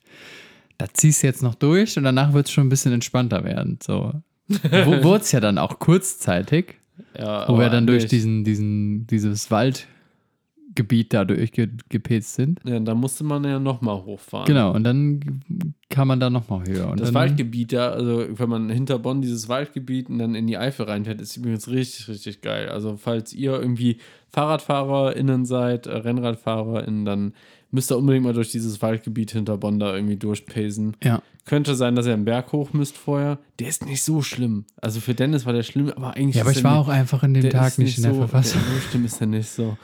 da ziehst du jetzt noch durch und danach wird es schon ein bisschen entspannter werden. So. Wo- Wurde es ja dann auch kurzzeitig, Ja, wo wir aber dann durch nicht. diesen, diesen, dieses Waldgebiet da durchgepetzt sind. Ja, da musste man ja nochmal hochfahren. Genau, und dann kann man da nochmal höher. Und Das dann, halt Waldgebiet da, also wenn man hinter Bonn dieses Waldgebiet und dann in die Eifel reinfährt, ist übrigens richtig, richtig geil. Also falls ihr irgendwie FahrradfahrerInnen seid, äh, RennradfahrerInnen, dann müsst ihr unbedingt mal durch dieses Waldgebiet hinter Bonn da irgendwie durchpesen. Ja. Könnte sein, dass ihr einen Berg hoch müsst vorher. Der ist nicht so schlimm. Also für Dennis war der schlimm, aber eigentlich ja, aber ist ich der war nicht- auch einfach in dem der Tag ist nicht in der so, Verfassung. Der, so schlimm ist er nicht so.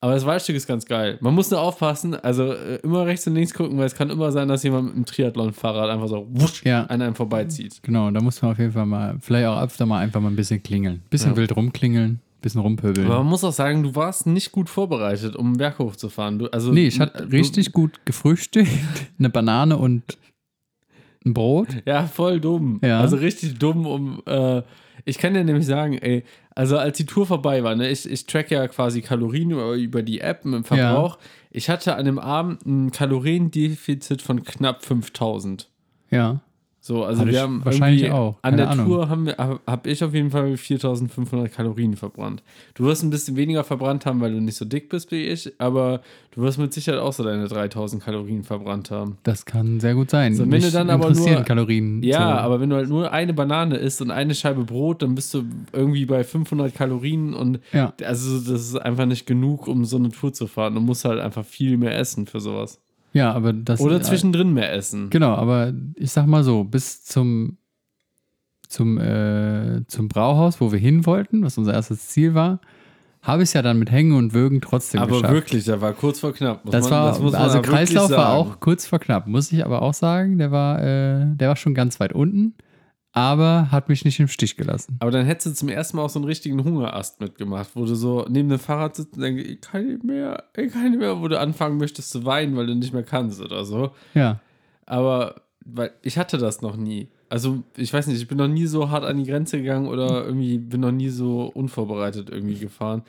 Aber das Waldstück ist ganz geil. Man muss nur aufpassen, also äh, immer rechts und links gucken, weil es kann immer sein, dass jemand mit einem Triathlon-Fahrrad einfach so wusch Ja. an einem vorbeizieht. Genau, da muss man auf jeden Fall mal, vielleicht auch öfter mal einfach mal ein bisschen klingeln. Bisschen wild rumklingeln. bisschen rumpöbeln. Aber man muss auch sagen, du warst nicht gut vorbereitet, um den Berg hochzufahren. Du, also, nee, ich du- hatte richtig gut gefrühstückt, eine Banane und ein Brot. Ja, voll dumm. Ja. Also richtig dumm, um. Äh, ich kann dir nämlich sagen, ey, also als die Tour vorbei war, ne, ich, ich track ja quasi Kalorien über, über die App im Verbrauch. Ich hatte an dem Abend ein Kaloriendefizit von knapp 5000. Ja. So, also Hatte wir ich haben wahrscheinlich irgendwie- auch. An Keine der Ahnung. Tour haben wir, habe ich auf jeden Fall 4500 Kalorien verbrannt. Du wirst ein bisschen weniger verbrannt haben, weil du nicht so dick bist wie ich, aber du wirst mit Sicherheit auch so deine 3000 Kalorien verbrannt haben. Das kann sehr gut sein. So, wenn du dann aber interessieren nur- Kalorien. Ja, so. aber wenn du halt nur eine Banane isst und eine Scheibe Brot, dann bist du irgendwie bei 500 Kalorien und Ja. also das ist einfach nicht genug, um so eine Tour zu fahren. Du musst halt einfach viel mehr essen für sowas. Ja, aber das. Oder zwischendrin mehr essen. Genau, aber ich sag mal so, bis zum, zum, äh, zum Brauhaus, wo wir hin wollten, was unser erstes Ziel war, habe ich es ja dann mit Hängen und Würgen trotzdem Aber geschafft. wirklich, da war kurz vor knapp. Muss Das man- war, muss man also ja wirklich Kreislauf war sagen. auch kurz vor knapp, muss ich aber auch sagen, der war, äh, der war schon ganz weit unten, aber hat mich nicht im Stich gelassen. Aber dann hättest du zum ersten Mal auch so einen richtigen Hungerast mitgemacht, wo du so neben dem Fahrrad sitzt und denkst, ich kann nicht mehr, ich kann nicht mehr, wo du anfangen möchtest zu weinen, weil du nicht mehr kannst oder so. Ja, Aber weil ich hatte das noch nie. Also ich weiß nicht, ich bin noch nie so hart an die Grenze gegangen oder irgendwie bin noch nie so unvorbereitet irgendwie gefahren.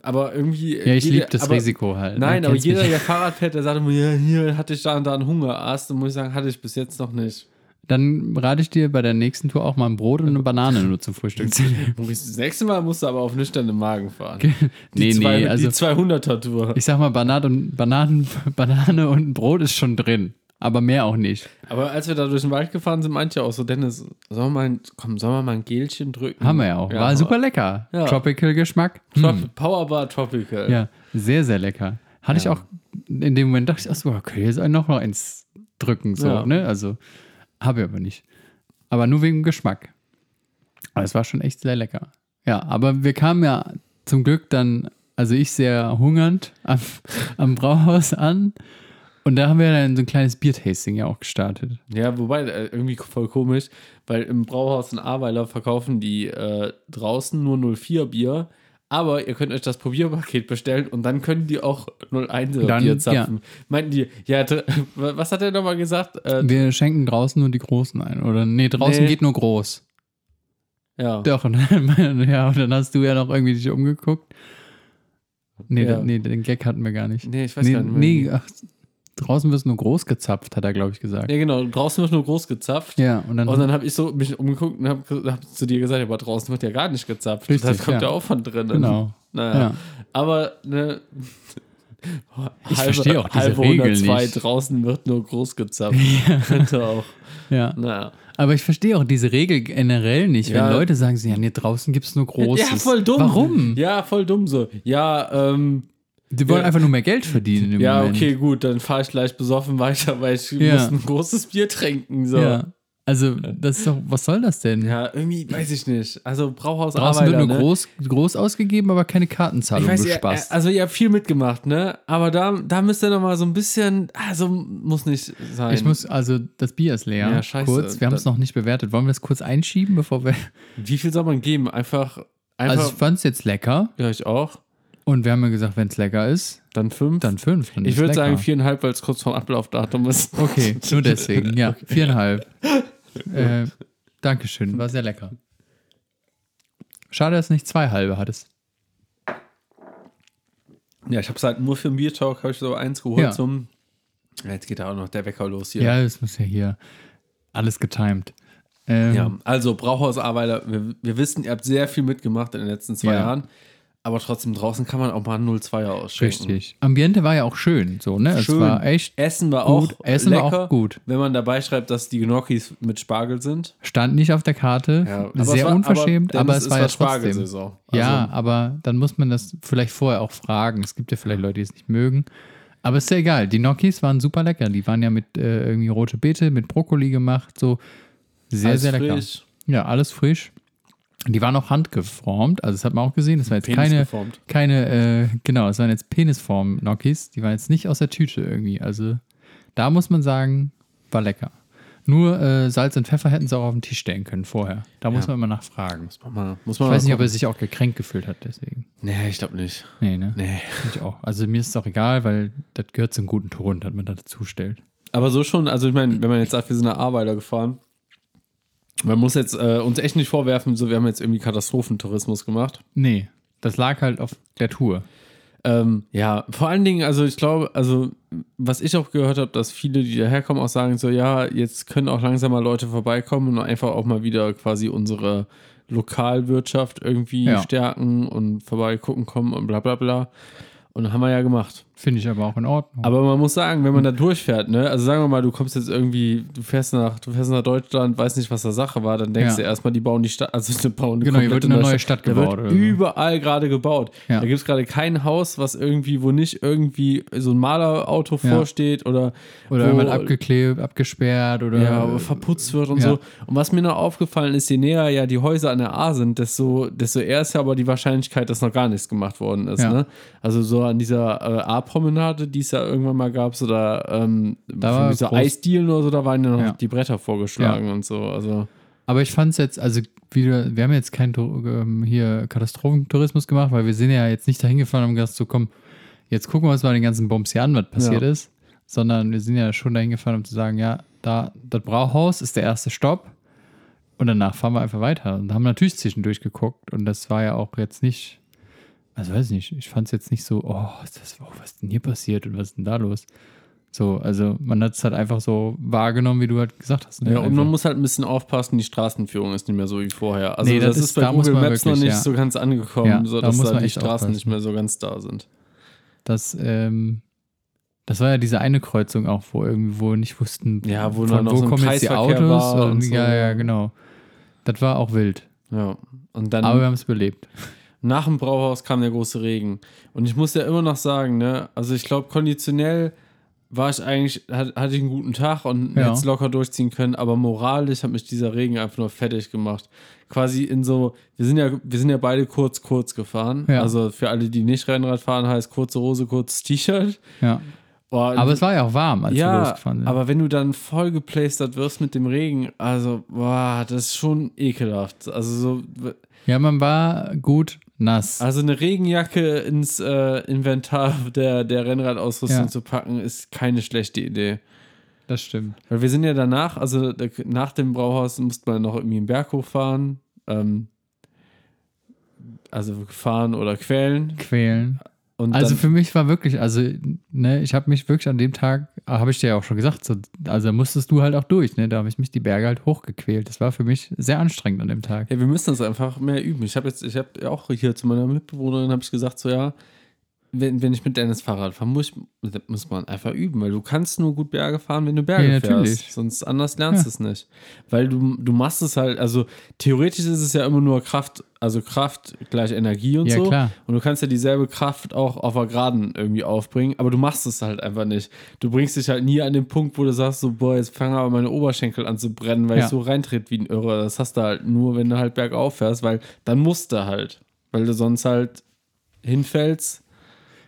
Aber irgendwie. ja ich jeder- liebe das aber- Risiko halt. ne? Nein, aber Kennst mich. jeder, der Fahrrad fährt, der sagt immer, ja, hier hatte ich da und da einen Hungerast. Und muss ich sagen, hatte ich bis jetzt noch nicht. Dann rate ich dir bei der nächsten Tour auch mal ein Brot und eine Banane nur zum Frühstück zu nehmen. Maurice, Das nächste Mal musst du aber auf nüchternen Magen fahren. nee, zwei, nee, also die 200er-Tour. ich sag mal, Banat und Bananen, Banane und ein Brot ist schon drin, aber mehr auch nicht. Aber als wir da durch den Wald gefahren sind, meinte ich auch so, Dennis, sollen wir mal, ein- komm, sollen wir mal ein Gelchen drücken? Haben wir ja auch. War super lecker. Ja. Tropical Geschmack. Trop Powerbar Tropical. Ja, sehr, sehr lecker. Hatte ich Ja. auch, in dem Moment dachte ich, ach so, okay, jetzt noch mal eins drücken, so, Ja. ne? Also, habe ich aber nicht. Aber nur wegen Geschmack. Aber es war schon echt sehr lecker. Ja, aber wir kamen ja zum Glück dann, also ich sehr hungernd am, am Brauhaus an. Und da haben wir dann so ein kleines Biertasting ja auch gestartet. Ja, wobei, äh, irgendwie voll komisch, weil im Brauhaus in Aweiler verkaufen die äh, draußen nur 04 Bier, aber ihr könnt euch das Probierpaket bestellen und dann können die auch 01er Dann, Bier zapfen. Meinten die, ja, dr- was hat er nochmal gesagt? Äh, Wir schenken draußen nur die Großen ein. Oder nee, draußen Nee. geht nur groß. ja, Doch, und dann, ja, und dann hast du ja noch irgendwie dich umgeguckt. Nee, Ja. da, nee den Gag hatten wir gar nicht. nee, ich weiß nee, gar nicht mehr. nee ach, draußen wirst du nur groß gezapft, hat er, glaube ich, gesagt. ja, genau, draußen wird nur groß gezapft. Ja, und dann, Und dann habe ich so mich umgeguckt und habe hab zu dir gesagt, aber draußen wird ja gar nicht gezapft. Richtig, das kommt ja. ja auch von drinnen. genau. Naja. Ja. Aber ne, Ich verstehe auch diese halbe Regel 102 nicht. draußen wird nur groß gezapft. Könnte auch. ja. Naja. Aber ich verstehe auch diese Regel generell nicht, Ja. wenn Leute sagen, so, ja, nee, draußen gibt es nur Großes. Ja, voll dumm. Warum? Ja, voll dumm so. Ja, ähm, Die wollen Ja. einfach nur mehr Geld verdienen. in dem ja, Moment. okay, gut, dann fahre ich gleich besoffen weiter, weil ich Ja. muss ein großes Bier trinken. So. Ja. Ja. Also, das ist doch, was soll das denn? irgendwie weiß ich nicht. Also Brauhaus Draußen Arbeiter, wird nur ne? groß, groß ausgegeben, aber keine Kartenzahlung Ich weiß, ihr, bespaßt. also ihr habt viel mitgemacht, ne? Aber da, da müsst ihr noch mal so ein bisschen, also muss nicht sein. Ich muss, also das Bier ist leer. Ja, scheiße. Kurz, wir haben es noch nicht bewertet. Wollen wir das kurz einschieben, bevor wir. Wie viel soll man geben? Einfach, einfach. Also ich fand es jetzt lecker ja, ich auch. und wir haben ja gesagt, wenn es lecker ist, Dann fünf. dann fünf. Dann ich ist würde lecker. sagen viereinhalb, weil es kurz vorm Ablaufdatum ist. Okay, nur deswegen, ja. Viereinhalb. äh, Dankeschön, war sehr lecker. Schade, dass du nicht zwei halbe hattest. Ja, ich habe es halt nur für den Biertalk, habe ich so eins geholt Ja. zum. Ja, Jetzt geht da auch noch der Wecker los hier. Ja, das muss ja hier alles getimed. Ähm, Ja, also Brauhausarbeiter, wir, wir wissen, ihr habt sehr viel mitgemacht in den letzten zwei Ja. Jahren, aber trotzdem draußen kann man auch mal einen 02er ausschenken. Richtig. Ambiente war ja auch schön, so, ne? Es Schön. war echt Essen war gut. auch Essen lecker, war auch gut. Wenn man dabei schreibt, dass die Gnocchis mit Spargel sind. Stand nicht auf der Karte. aber es sehr war- unverschämt, aber, Dennis, es war ja trotzdem. Spargelsaison. Ja, Also, aber dann muss man das vielleicht vorher auch fragen. Es gibt ja vielleicht Leute, die es nicht mögen. Aber ist ja egal. Die Gnocchis waren super lecker. Die waren ja mit äh, irgendwie rote Beete, mit Brokkoli gemacht. So sehr, alles sehr lecker. frisch, Ja, alles frisch. Die waren auch handgeformt. Also, das hat man auch gesehen. Das war jetzt Penis keine, geformt. keine, äh, genau, es waren jetzt Penisform-Gnocchis. Die waren jetzt nicht aus der Tüte irgendwie. Also, da muss man sagen, war lecker. Nur äh, Salz und Pfeffer hätten sie auch auf den Tisch stellen können vorher. Da muss Ja. man immer nachfragen. Ich Mal, muss man weiß mal nicht, ob gucken. er sich auch gekränkt gefühlt hat, deswegen. Nee, ich glaube nicht. Nee, ne? Nee. Ich auch. Also mir ist es auch egal, weil das gehört zum guten Ton, dass man da dazu stellt. Aber so schon, also ich meine, wenn man jetzt sagt, wir sind nach Arbeiter gefahren, man muss jetzt äh, uns echt nicht vorwerfen, so wir haben jetzt irgendwie Katastrophentourismus gemacht. Nee, das lag halt auf der Tour. Ähm, ja, vor allen Dingen, also ich glaube, also was ich auch gehört habe, dass viele, die daherkommen, auch sagen so, ja, jetzt können auch langsam mal Leute vorbeikommen und einfach auch mal wieder quasi unsere Lokalwirtschaft irgendwie Ja. stärken und vorbeigucken kommen und bla bla bla. Und haben wir ja gemacht. Finde ich aber auch in Ordnung. Aber man muss sagen, wenn man da durchfährt, ne, also sagen wir mal, du kommst jetzt irgendwie, du fährst nach, du fährst nach Deutschland, weiß nicht, was da Sache war, dann denkst Ja. du erstmal, die bauen die Stadt, also die bauen eine Genau, hier wird komplette eine neue Stadt Da gebaut oder Wird so. überall gerade gebaut. Ja. Da gibt es gerade kein Haus, was irgendwie, wo nicht irgendwie so ein Malerauto Ja. vorsteht oder, oder wo, irgendwann abgeklebt, abgesperrt oder ja, wo verputzt wird und Äh, ja. so. Und was mir noch aufgefallen ist, je näher ja die Häuser an der A sind, desto, desto eher ist ja aber die Wahrscheinlichkeit, dass noch gar nichts gemacht worden ist. Ja. Ne? Also so an dieser äh, A-Promenade, die es ja irgendwann mal gab, so da, ähm, Da von war dieser groß- Eisdielen oder so, da waren ja noch Ja. die Bretter vorgeschlagen und so. Also Aber ich fand es jetzt, also wieder, wir haben jetzt keinen Tou- ähm, hier Katastrophentourismus gemacht, weil wir sind ja jetzt nicht dahin gefahren, um gesagt zu kommen, jetzt gucken wir uns mal den ganzen Bombs hier an, was passiert Ja. ist, sondern wir sind ja schon dahin gefahren, um zu sagen, ja, da das Brauhaus ist der erste Stopp und danach fahren wir einfach weiter und haben natürlich zwischendurch geguckt und das war ja auch jetzt nicht, also weiß nicht, ich fand es jetzt nicht so, oh, ist das, oh, was ist denn hier passiert und was ist denn da los? So, also man hat es halt einfach so wahrgenommen, wie du halt gesagt hast. ne? Ja, und Einfach. man muss halt ein bisschen aufpassen, die Straßenführung ist nicht mehr so wie vorher. Also Nee, das, das ist ist- bei da muss Google man Maps noch wirklich, nicht ja. so ganz angekommen, Ja, so da dass muss da man die echt Straßen nicht aufpassen. mehr so ganz da sind. dass ähm, das war ja diese eine Kreuzung auch, wo irgendwo nicht wussten, Ja, wo dann von noch wo so ein kommen jetzt die Kreisverkehr Autos. war Und und so. Ja, ja, genau. Das war auch wild. Ja. Und dann Aber wir haben es überlebt. nach dem Brauhaus kam der große Regen. Und ich muss ja immer noch sagen, ne, also ich glaube, konditionell war ich eigentlich, hat- hatte ich einen guten Tag und Ja. hätte es locker durchziehen können, aber moralisch hat mich dieser Regen einfach nur fertig gemacht. Quasi in so, wir sind ja, wir sind ja beide kurz, kurz gefahren. Ja. Also für alle, die nicht Rennrad fahren, heißt kurze Hose, kurzes T-Shirt. Ja. Boah, Aber es war ja auch warm, als wir ja, losgefahren sind. aber wenn du dann voll geplastert wirst mit dem Regen, also, boah, das ist schon ekelhaft. Also, so, ja, man war gut nass. also eine Regenjacke ins äh, Inventar der, der Rennradausrüstung Ja. zu packen, ist keine schlechte Idee. Das stimmt. Weil wir sind ja danach, also da- nach dem Brauhaus musste man noch irgendwie einen Berg hochfahren. Ähm, also gefahren oder quälen. Quälen. Und Also dann, für mich war wirklich, also ne, ich habe mich wirklich an dem Tag, habe ich dir ja auch schon gesagt, so, also da musstest du halt auch durch, ne? Da habe ich mich die Berge halt hochgequält. Das war für mich sehr anstrengend an dem Tag. Ja, wir müssen das einfach mehr üben. Ich habe jetzt, ich habe auch hier zu meiner Mitbewohnerin habe ich gesagt, so ja, wenn, wenn ich mit Dennis Fahrrad fahre, muss, ich, das muss man einfach üben, weil du kannst nur gut Berge fahren, wenn du Berge Ja, natürlich. fährst. Sonst anders lernst Ja. du es nicht. Weil du, du machst es halt, also theoretisch ist es ja immer nur Kraft, also Kraft gleich Energie und Ja, so. klar. Und du kannst ja dieselbe Kraft auch auf der Geraden irgendwie aufbringen, aber du machst es halt einfach nicht. Du bringst dich halt nie an den Punkt, wo du sagst, so, boah, jetzt fangen aber meine Oberschenkel an zu brennen, weil Ja. ich so reintritt wie ein Irrer. Das hast du halt nur, wenn du halt bergauf fährst, weil dann musst du halt, weil du sonst halt hinfällst.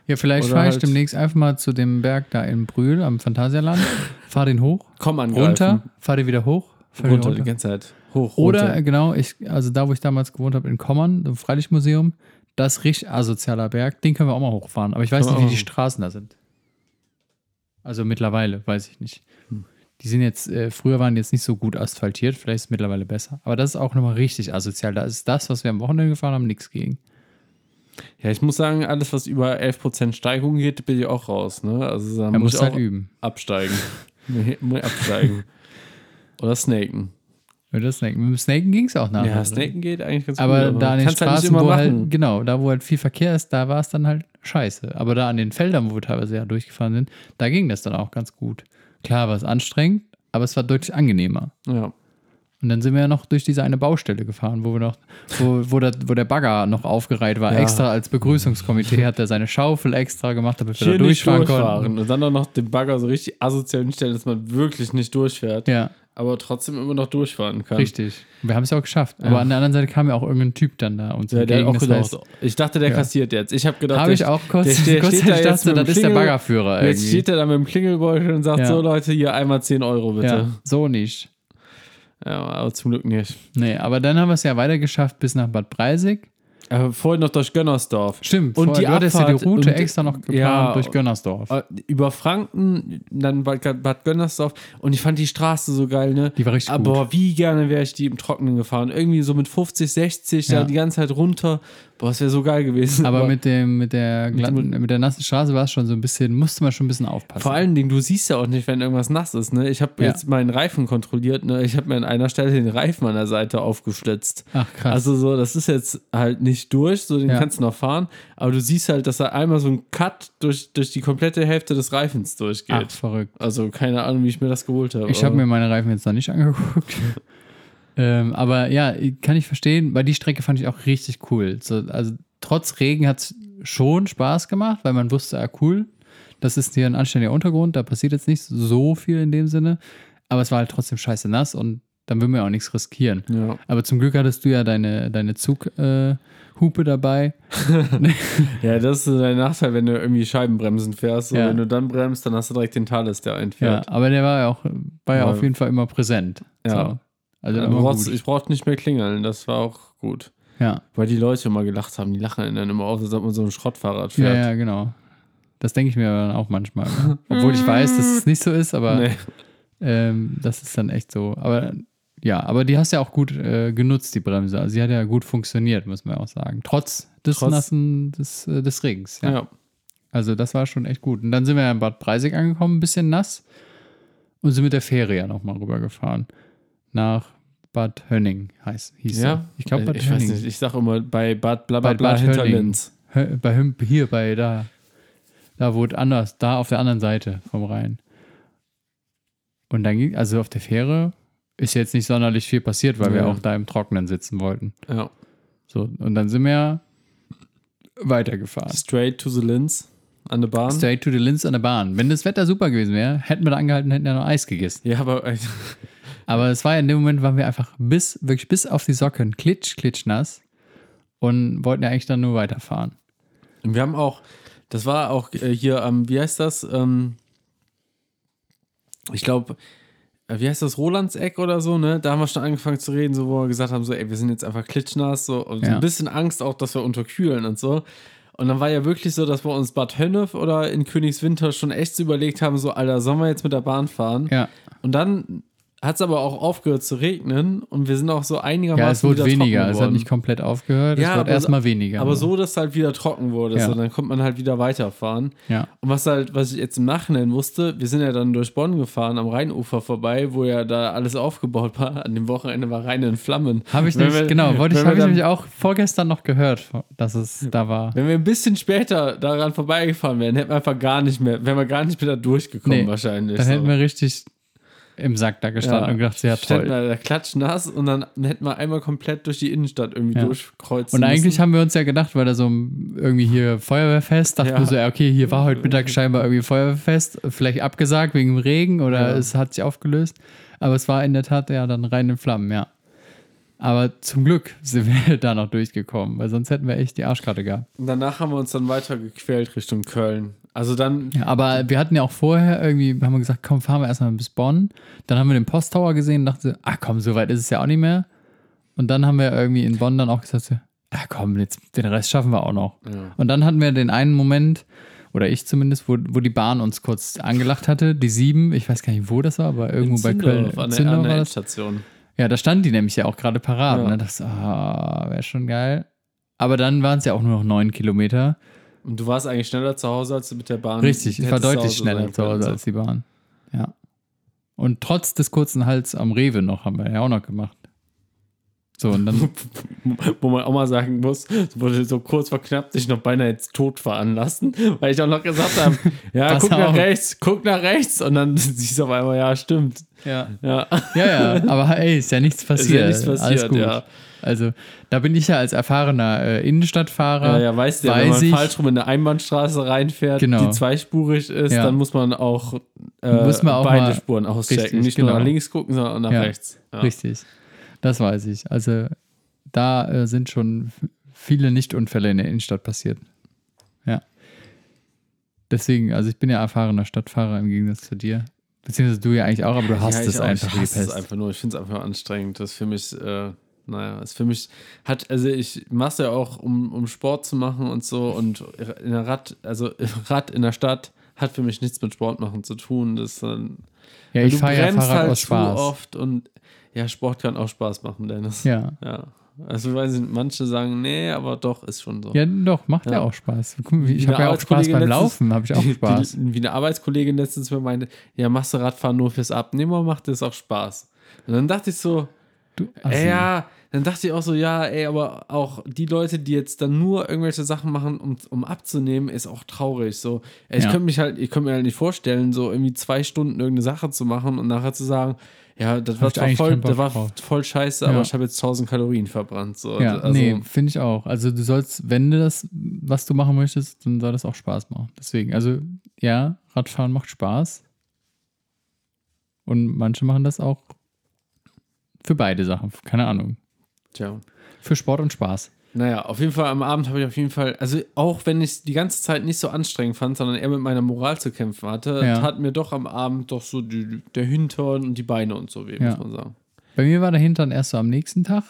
Ja, vielleicht Oder fahre ich halt- demnächst einfach mal zu dem Berg da in Brühl am Phantasialand, fahre den hoch, Komm angreifen. runter, fahre den wieder hoch, fahr den Runter, die ganze Zeit. Hoch, Oder runter. äh, genau, ich, also da, wo ich damals gewohnt habe, in Kommern, im Freilichtmuseum, das richtig asozialer Berg, den können wir auch mal hochfahren. Aber ich weiß Können nicht, wir wie auch die mal. Straßen da sind. Also mittlerweile, weiß ich nicht. Hm. Die sind jetzt, äh, früher waren die jetzt nicht so gut asphaltiert, vielleicht ist es mittlerweile besser. Aber das ist auch nochmal richtig asozial. Da ist das, was wir am Wochenende gefahren haben, nichts gegen. Ja, ich muss sagen, alles, was über 11% Steigung geht, bin ich auch raus. Ne? Also Da da muss musst ich du auch halt üben. absteigen. Nee, muss ich absteigen. Oder snaken. Oder Snaken. Mit dem Snaken ging es auch nachher. Ja, snaken geht eigentlich ganz Aber gut. da an den kannst halt nicht Straßen, immer wo machen. halt, genau, da wo halt viel Verkehr ist, da war es dann halt scheiße. Aber da an den Feldern, wo wir teilweise ja durchgefahren sind, da ging das dann auch ganz gut. Klar war es anstrengend, aber es war deutlich angenehmer. Ja. Und dann sind wir ja noch durch diese eine Baustelle gefahren, wo wir noch, wo, wo, der, wo der Bagger noch aufgereiht war. Ja. Extra als Begrüßungskomitee hat er seine Schaufel extra gemacht, damit wir Hier da nicht durchfahren durchfahren. konnten. Und dann auch noch den Bagger so richtig asozial hinstellen, dass man wirklich nicht durchfährt, Ja, aber trotzdem immer noch durchfahren kann. richtig. Und Wir haben es ja auch geschafft. Aber an der anderen Seite kam ja auch irgendein Typ dann da und Ja, der hat auch das gedacht, heißt, ich dachte, der Ja. kassiert jetzt. Ich habe gedacht, Habe der- ich auch kurz, der- der kurz steht da ich jetzt dachte, mit dem das ist der Klingel- Baggerführer. Jetzt irgendwie. steht er da mit dem Klingelbeutel und sagt Ja. so, Leute, hier einmal 10 Euro bitte. Ja, so nicht. Ja, aber zum Glück nicht. Nee, aber dann haben wir es ja weitergeschafft bis nach Bad Breisig. Äh, vorhin noch durch Gönnersdorf. Stimmt, Und vorher- die du hattest ja Abfahrt die Route und- extra noch geplant Ja. durch Gönnersdorf. Äh, Über Franken, dann Bad, Bad Gönnersdorf. Und ich fand die Straße so geil, ne? Die war richtig Aber gut. boah, wie gerne wäre ich die im Trockenen gefahren. Irgendwie so mit 50, 60, Ja. da die ganze Zeit runter. Boah, das wäre so geil gewesen. Aber mit, dem, mit, der glatten, dem- mit der nassen Straße war es schon so ein bisschen, musste man schon ein bisschen aufpassen. Vor allen Dingen, du siehst ja auch nicht, wenn irgendwas nass ist. Ne? Ich habe Ja. jetzt meinen Reifen kontrolliert. Ne? Ich habe mir an einer Stelle den Reifen an der Seite aufgeschlitzt. Ach, krass. Also so, das ist jetzt halt nicht durch, so den Ja. kannst du noch fahren. Aber du siehst halt, dass da einmal so ein Cut durch, durch die komplette Hälfte des Reifens Ach, durchgeht. verrückt. Also keine Ahnung, wie ich mir das geholt habe. Ich habe aber- mir meine Reifen jetzt noch nicht angeguckt. ähm, aber ja, kann ich verstehen, weil die Strecke fand ich auch richtig cool. So, also trotz Regen hat es schon Spaß gemacht, weil man wusste, ah cool, das ist hier ein anständiger Untergrund, da passiert jetzt nicht so viel in dem Sinne. Aber es war halt trotzdem scheiße nass und dann will man ja auch nichts riskieren. Ja. Aber zum Glück hattest du ja deine, deine Zughupe äh, Hupe dabei. ja, das ist der Nachteil, wenn du irgendwie Scheibenbremsen fährst. So, Ja. Wenn du dann bremst, dann hast du direkt den Thales, der Ja, einfährt. aber der war ja auch, war ja Ja. auf jeden Fall immer präsent. Ja. So. Also Ja, immer gut. ich brauchte nicht mehr klingeln, das war auch gut. ja. Weil die Leute immer gelacht haben, die lachen dann immer auf, als ob man so ein Schrottfahrrad Ja, fährt. ja, genau. Das denke ich mir dann auch manchmal. ne? Obwohl ich weiß, dass es nicht so ist, aber Nee. ähm, das ist dann echt so. Aber ja, aber die hast ja auch gut äh, genutzt, die Bremse. Also sie hat ja gut funktioniert, muss man auch sagen. Trotz des Trotz- Nassen des, äh, des Regens. Ja. Ja. Also das war schon echt gut. Und dann sind wir ja in Bad Breisig angekommen, ein bisschen nass. Und sind mit der Fähre ja nochmal rübergefahren. Nach Bad Hönning heißt, hieß Ja. Äh, sie. Ich glaube, Bad ich weiß Hönning. nicht, ich sag immer bei Bad bla bla Bei bla Bad hinter Hönning. Linz. Hö- bei Hüm- hier bei da da wo es anders da auf der anderen Seite vom Rhein und dann ging also auf der Fähre ist jetzt nicht sonderlich viel passiert weil wir Ja. auch da im Trockenen sitzen wollten Ja. so und dann sind wir weitergefahren Straight to the Linz an der Bahn. straight to the Linz an der Bahn wenn das Wetter super gewesen wäre hätten wir da angehalten hätten ja noch Eis gegessen Ja, aber äh, aber es war ja in dem Moment waren wir einfach bis wirklich bis auf die Socken klitsch klitsch nass und wollten ja eigentlich dann nur weiterfahren wir haben auch, das war auch äh, hier am, wie heißt das? Ähm, ich glaube, äh, wie heißt das, Rolandseck oder so, ne? Da haben wir schon angefangen zu reden, so wo wir gesagt haben, so, ey, wir sind jetzt einfach klitschnass, so, und so Ja. ein bisschen Angst auch, dass wir unterkühlen und so. Und dann war ja wirklich so, dass wir uns Bad Hönnef oder in Königswinter schon echt so überlegt haben, so, Alter, sollen wir jetzt mit der Bahn fahren? ja Und dann hat es aber auch aufgehört zu regnen und wir sind auch so einigermaßen Ja, es wurde wieder trocken weniger. Es hat geworden. nicht komplett aufgehört. Ja, es wurde aber- erstmal weniger. ne? Aber so, dass halt wieder trocken wurde. Ja. So, dann kommt man halt wieder weiterfahren. Ja. Und was halt, was ich jetzt im Nachhinein wusste, wir sind ja dann durch Bonn gefahren, am Rheinufer vorbei, wo ja da alles aufgebaut war. An dem Wochenende war Rhein in Flammen. Habe ich Wenn nämlich, wir- genau, wollte ich, wenn wir habe ich dann- nämlich auch vorgestern noch gehört, dass es da war. Wenn wir ein bisschen später daran vorbeigefahren wären, hätten wir einfach gar nicht mehr, wären wir gar nicht mehr da durchgekommen Nee, wahrscheinlich. Dann hätten so. wir richtig im Sack da gestanden und gedacht, ja Ständen toll. wir da klatschnass und dann hätten wir einmal komplett durch die Innenstadt irgendwie Ja. durchkreuzen Und eigentlich müssen. haben wir uns ja gedacht, weil da so ein- irgendwie hier Feuerwehrfest, dachten Ja. wir so, ja, okay, hier war heute Mittag scheinbar irgendwie Feuerwehrfest, vielleicht abgesagt wegen dem Regen oder Ja. es hat sich aufgelöst. Aber es war in der Tat ja dann rein in Flammen, ja. Aber zum Glück sind wir da noch durchgekommen, weil sonst hätten wir echt die Arschkarte gehabt. Und danach haben wir uns dann weiter gequält Richtung Köln. Also dann, Ja, aber wir hatten ja auch vorher irgendwie, haben wir gesagt, komm, fahren wir erstmal bis Bonn. Dann haben wir den Posttower gesehen und dachten, so, ah komm, so weit ist es ja auch nicht mehr. Und dann haben wir irgendwie in Bonn dann auch gesagt, so, ah komm, jetzt den Rest schaffen wir auch noch. Und dann hatten wir den einen Moment, oder ich zumindest, wo, wo die Bahn uns kurz angelacht hatte, die sieben, ich weiß gar nicht, wo das war, aber irgendwo bei Köln. Zündorf an der, Zündorf an der war das. Endstation. Ja, da stand die nämlich ja auch gerade parat. Ja. Und dann dachte ich, so, ah, wäre schon geil. Aber dann waren es ja auch nur noch neun Kilometer. Und du warst eigentlich schneller zu Hause, als du mit der Bahn Richtig, ich war hättest deutlich zu Hause sein schneller zu können. Hause als die Bahn. Ja. Und trotz des kurzen Hals am Rewe noch, haben wir ja auch noch gemacht. So, und dann, Wo man auch mal sagen muss, es wurde so kurz vor knapp sich noch beinahe jetzt tot veranlassen, weil ich auch noch gesagt habe, ja, Pass guck nach auf. rechts, guck nach rechts. Und dann siehst du auf einmal, ja, stimmt. ja. Ja, ja, ja, aber ey, ist ja nichts passiert. nichts passiert, Alles gut. ja. Also, da bin ich ja als erfahrener äh, Innenstadtfahrer. ja, ja weißt du, ja, wenn weiß man ich, falsch rum in eine Einbahnstraße reinfährt, Genau. die zweispurig ist, Ja. dann muss man auch, äh, Muss man auch mal- beide Spuren auschecken. Richtig, Nicht nur genau. nach links gucken, sondern auch nach Ja, rechts. Ja. Richtig. Das weiß ich. Also, da äh, sind schon f- viele Nichtunfälle in der Innenstadt passiert. Ja. Deswegen, also ich bin ja erfahrener Stadtfahrer im Gegensatz zu dir. Beziehungsweise du ja eigentlich auch, aber du hast ja, ich es auch. einfach Ich hasse es gepasst. einfach nur. Ich finde es einfach anstrengend. Das ist für mich, äh, naja, ist für mich, hat, also ich mache es ja auch, um, um Sport zu machen und so. Und in der Rad, also Rad in der Stadt hat für mich nichts mit Sport machen zu tun. Das ist dann, Ja, ich du fahre ja bremst Fahrrad halt aus zu Spaß. oft und ja, Sport kann auch Spaß machen, Dennis. Ja. ja. Also, weiß ich nicht, manche sagen, nee, aber doch, ist schon so. Ja, doch, macht ja, Ja. auch Spaß. Guck mal, Ich Eine habe ja auch Spaß Arbeitskollegin beim letztens- Laufen, habe ich auch die- Spaß. Die, wie eine Arbeitskollegin letztens mir meinte, ja, machst du Radfahren nur fürs Abnehmen oder macht das auch Spaß? Und dann dachte ich so, Du, ey, Assi. ja, dann dachte ich auch so, ja, ey, aber auch die Leute, die jetzt dann nur irgendwelche Sachen machen, um, um abzunehmen, ist auch traurig. So, ey, ich Ja. könnte mich halt, ich könnte mir halt nicht vorstellen, so irgendwie zwei Stunden irgendeine Sache zu machen und nachher zu sagen, ja, das war ich zwar eigentlich voll, keinen Bock das war drauf. voll scheiße, Ja. aber ich habe jetzt 1000 Kalorien verbrannt. So, Ja, also, nee, finde ich auch. Also du sollst, wenn du das, was du machen möchtest, dann soll das auch Spaß machen. Deswegen, also ja, Radfahren macht Spaß. Und manche machen das auch für beide Sachen. Keine Ahnung. tja. Für Sport und Spaß. Naja, auf jeden Fall am Abend habe ich auf jeden Fall, also auch wenn ich es die ganze Zeit nicht so anstrengend fand, sondern eher mit meiner Moral zu kämpfen hatte, Ja. tat mir doch am Abend doch so die, der Hintern und die Beine und so weh, Ja. muss man sagen. Bei mir war der Hintern erst so am nächsten Tag.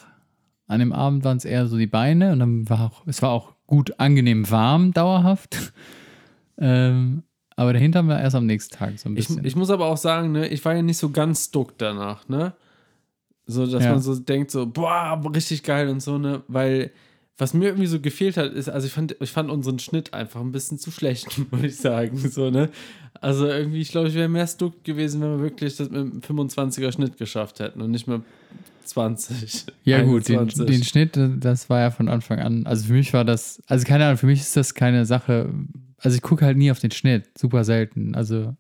An dem Abend waren es eher so die Beine und dann war auch, es war auch gut angenehm warm, dauerhaft. ähm, aber der Hintern war erst am nächsten Tag so ein Ich, bisschen. ich muss aber auch sagen, ne, ich war ja nicht so ganz stuck danach, ne? So, dass Ja. man so denkt, so, boah, richtig geil und so, ne? Weil, was mir irgendwie so gefehlt hat, ist, also ich fand, ich fand unseren Schnitt einfach ein bisschen zu schlecht, muss ich sagen, so, ne? Also irgendwie, ich glaube, ich wäre mehr stuck gewesen, wenn wir wirklich das mit einem 25er Schnitt geschafft hätten und nicht mehr 20. Ja, gut, den, 21. den Schnitt, das war ja von Anfang an. Also für mich war das, also keine Ahnung, für mich ist das keine Sache. Also ich gucke halt nie auf den Schnitt, super selten. Also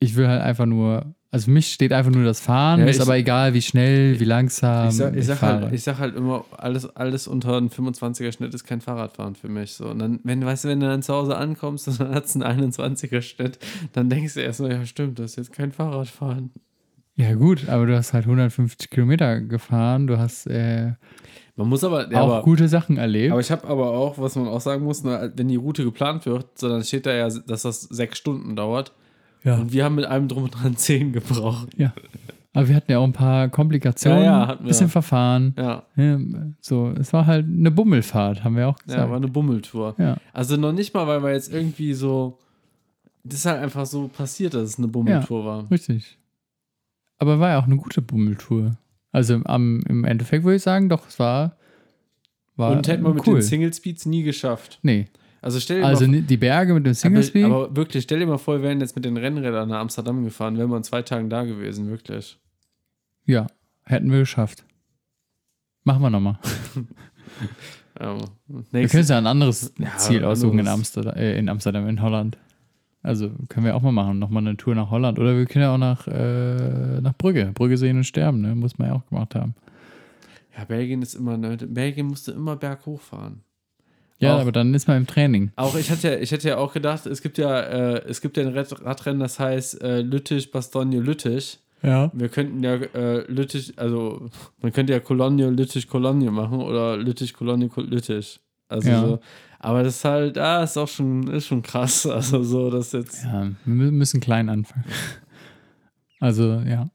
ich will halt einfach nur, also für mich steht einfach nur das Fahren, Ja, mir ist ich- aber egal, wie schnell, wie langsam. ich sag, ich, sag fahre. halt, ich sag halt immer, alles, alles unter einem 25er Schnitt ist kein Fahrradfahren für mich. So. Und dann, wenn, weißt du, wenn du dann zu Hause ankommst und dann hat es einen 21er Schnitt, dann denkst du erstmal, ja stimmt, das ist jetzt kein Fahrradfahren. ja, gut, aber du hast halt 150 Kilometer gefahren, du hast äh, Man muss aber, ja, auch aber, gute Sachen erlebt. aber ich habe aber auch, was man auch sagen muss, ne, wenn die Route geplant wird, so, dann steht da ja, dass das sechs Stunden dauert. ja. Und wir haben mit allem drum und dran zehn gebraucht. ja. aber wir hatten ja auch ein paar Komplikationen, Ja, ja, hatten wir. bisschen Verfahren. Ja, ne, So, es war halt eine Bummelfahrt, haben wir auch ja gesagt. war eine Bummeltour. ja. Also noch nicht mal, weil wir jetzt irgendwie so, das ist halt einfach so passiert, dass es eine Bummeltour war. Richtig. Aber war ja auch eine gute Bummeltour. Also am, im Endeffekt würde ich sagen, doch, es war. war Und hätten wir äh, mit den Single Speeds nie geschafft. Nee. Also stell dir Also mal ni- die Berge mit dem Single Speed. aber, aber wirklich, stell dir mal vor, wir wären jetzt mit den Rennrädern nach Amsterdam gefahren, wären wir in zwei Tagen da gewesen, wirklich. Ja, hätten wir geschafft. Machen wir nochmal. Ähm, Wir können uns ja ein anderes Ja, Ziel aussuchen in anderes. Amsterdam, äh, in Amsterdam, in Holland. Also können wir auch mal machen, nochmal eine Tour nach Holland. Oder wir können ja auch nach, äh, nach Brügge. Brügge sehen und sterben, ne? Muss man ja auch gemacht haben. ja, Belgien ist immer, ne, Belgien musste immer berghoch fahren. Ja, Auch- aber dann ist man im Training. Auch ich hätte, ja- ich hätte ja auch gedacht, es gibt ja, äh, es gibt ja ein Rad- Radrennen, das heißt äh, Lüttich, Bastogne, Lüttich. Ja. Wir könnten ja äh, Lüttich, also man könnte ja Kolonie, Lüttich, Kolonie machen oder Lüttich, Kolonie, Ko- Lüttich. Also Ja. so. Aber das ist halt, ah, ist auch schon, ist schon krass. Also so, das jetzt. Ja, wir mü- müssen klein anfangen. Also, ja.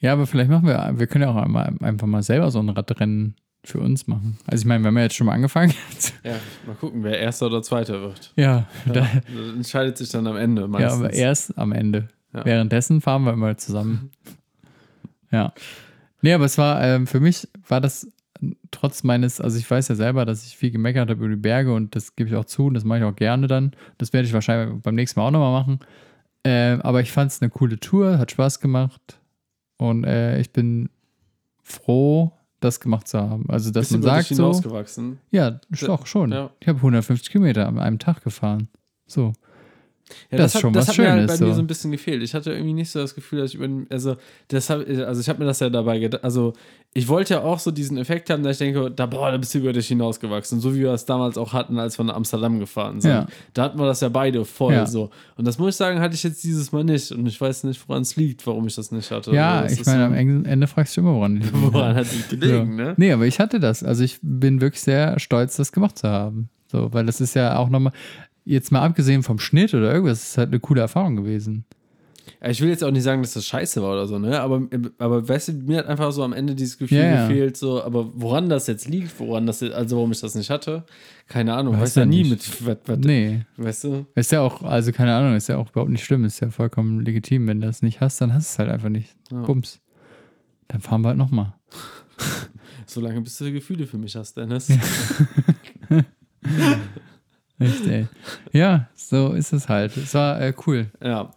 Ja, aber vielleicht machen wir, wir können ja auch einmal, einfach mal selber so ein Radrennen für uns machen. Also ich meine, wir haben ja jetzt schon mal angefangen. Ja. mal gucken, wer erster oder zweiter wird. ja, da, Das entscheidet sich dann am Ende ja, meistens. aber erst am Ende. Ja. Währenddessen fahren wir immer zusammen. ja. Nee, aber es war, ähm, für mich war das ähm, trotz meines, also ich weiß ja selber, dass ich viel gemeckert habe über die Berge und das gebe ich auch zu und das mache ich auch gerne dann. Das werde ich wahrscheinlich beim nächsten Mal auch nochmal machen. Ähm, aber ich fand es eine coole Tour, hat Spaß gemacht und äh, ich bin froh, das gemacht zu haben. Also, dass Bisschen man sagt so, hinausgewachsen. ja, doch schon. Ja. Ich habe 150 Kilometer an einem Tag gefahren. So. Das Ja, das, ist hat, schon was das hat mir halt Schönes, bei mir so. so ein bisschen gefehlt. Ich hatte irgendwie nicht so das Gefühl, dass ich über den, also das hab, also ich habe mir das ja dabei gedacht, also ich wollte ja auch so diesen Effekt haben, dass ich denke, da boah, da bist du über dich hinausgewachsen, so wie wir es damals auch hatten, als wir nach Amsterdam gefahren sind. Ja. Da hatten wir das ja beide voll Ja. so. Und das muss ich sagen, hatte ich jetzt dieses Mal nicht und ich weiß nicht, woran es liegt, warum ich das nicht hatte. Ja, Also, das ich ist meine, so- am Eng- Ende fragst du immer, woran die woran hat es gelegen, ne? Nee, aber ich hatte das. Also ich bin wirklich sehr stolz, das gemacht zu haben. So, weil das ist ja auch nochmal, jetzt mal abgesehen vom Schnitt oder irgendwas, ist halt eine coole Erfahrung gewesen. Ja, Ich will jetzt auch nicht sagen, dass das scheiße war oder so, ne? Aber, aber weißt du, mir hat einfach so am Ende dieses Gefühl Ja, ja. gefehlt, so, aber woran das jetzt liegt, woran das jetzt, also warum ich das nicht hatte, keine Ahnung. Weiß Weiß, ja man nie nicht. mit, wat, wat, Nee. weißt du? Ist ja auch, also keine Ahnung, ist ja auch überhaupt nicht schlimm, ist ja vollkommen legitim. Wenn du das nicht hast, dann hast du es halt einfach nicht. Ja. Bums. Dann fahren wir halt nochmal. Solange bis du Gefühle für mich hast, Dennis. Echt, ey. ja, so ist es halt. Es war äh, cool. ja.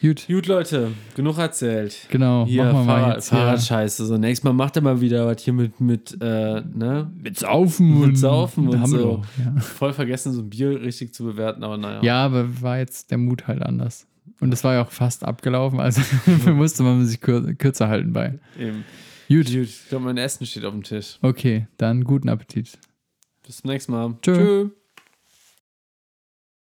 Gut, Gut, Leute, genug erzählt. genau. Hier, machen wir mal Fahrrad, jetzt hier. Fahrradscheiße. So, nächstes Mal macht er mal wieder was hier mit, mit äh, ne? Mit Saufen Mit Saufen und Hm, haben wir so. doch, Ja. Voll vergessen, so ein Bier richtig zu bewerten, aber naja. ja, aber war jetzt der Mut halt anders. Und es war ja auch fast abgelaufen, also musste man sich kür kürzer halten bei. Eben. Gut, Gut, ich glaube, mein Essen steht auf dem Tisch. okay, dann guten Appetit. Bis zum nächsten Mal. Tschö. Tschö.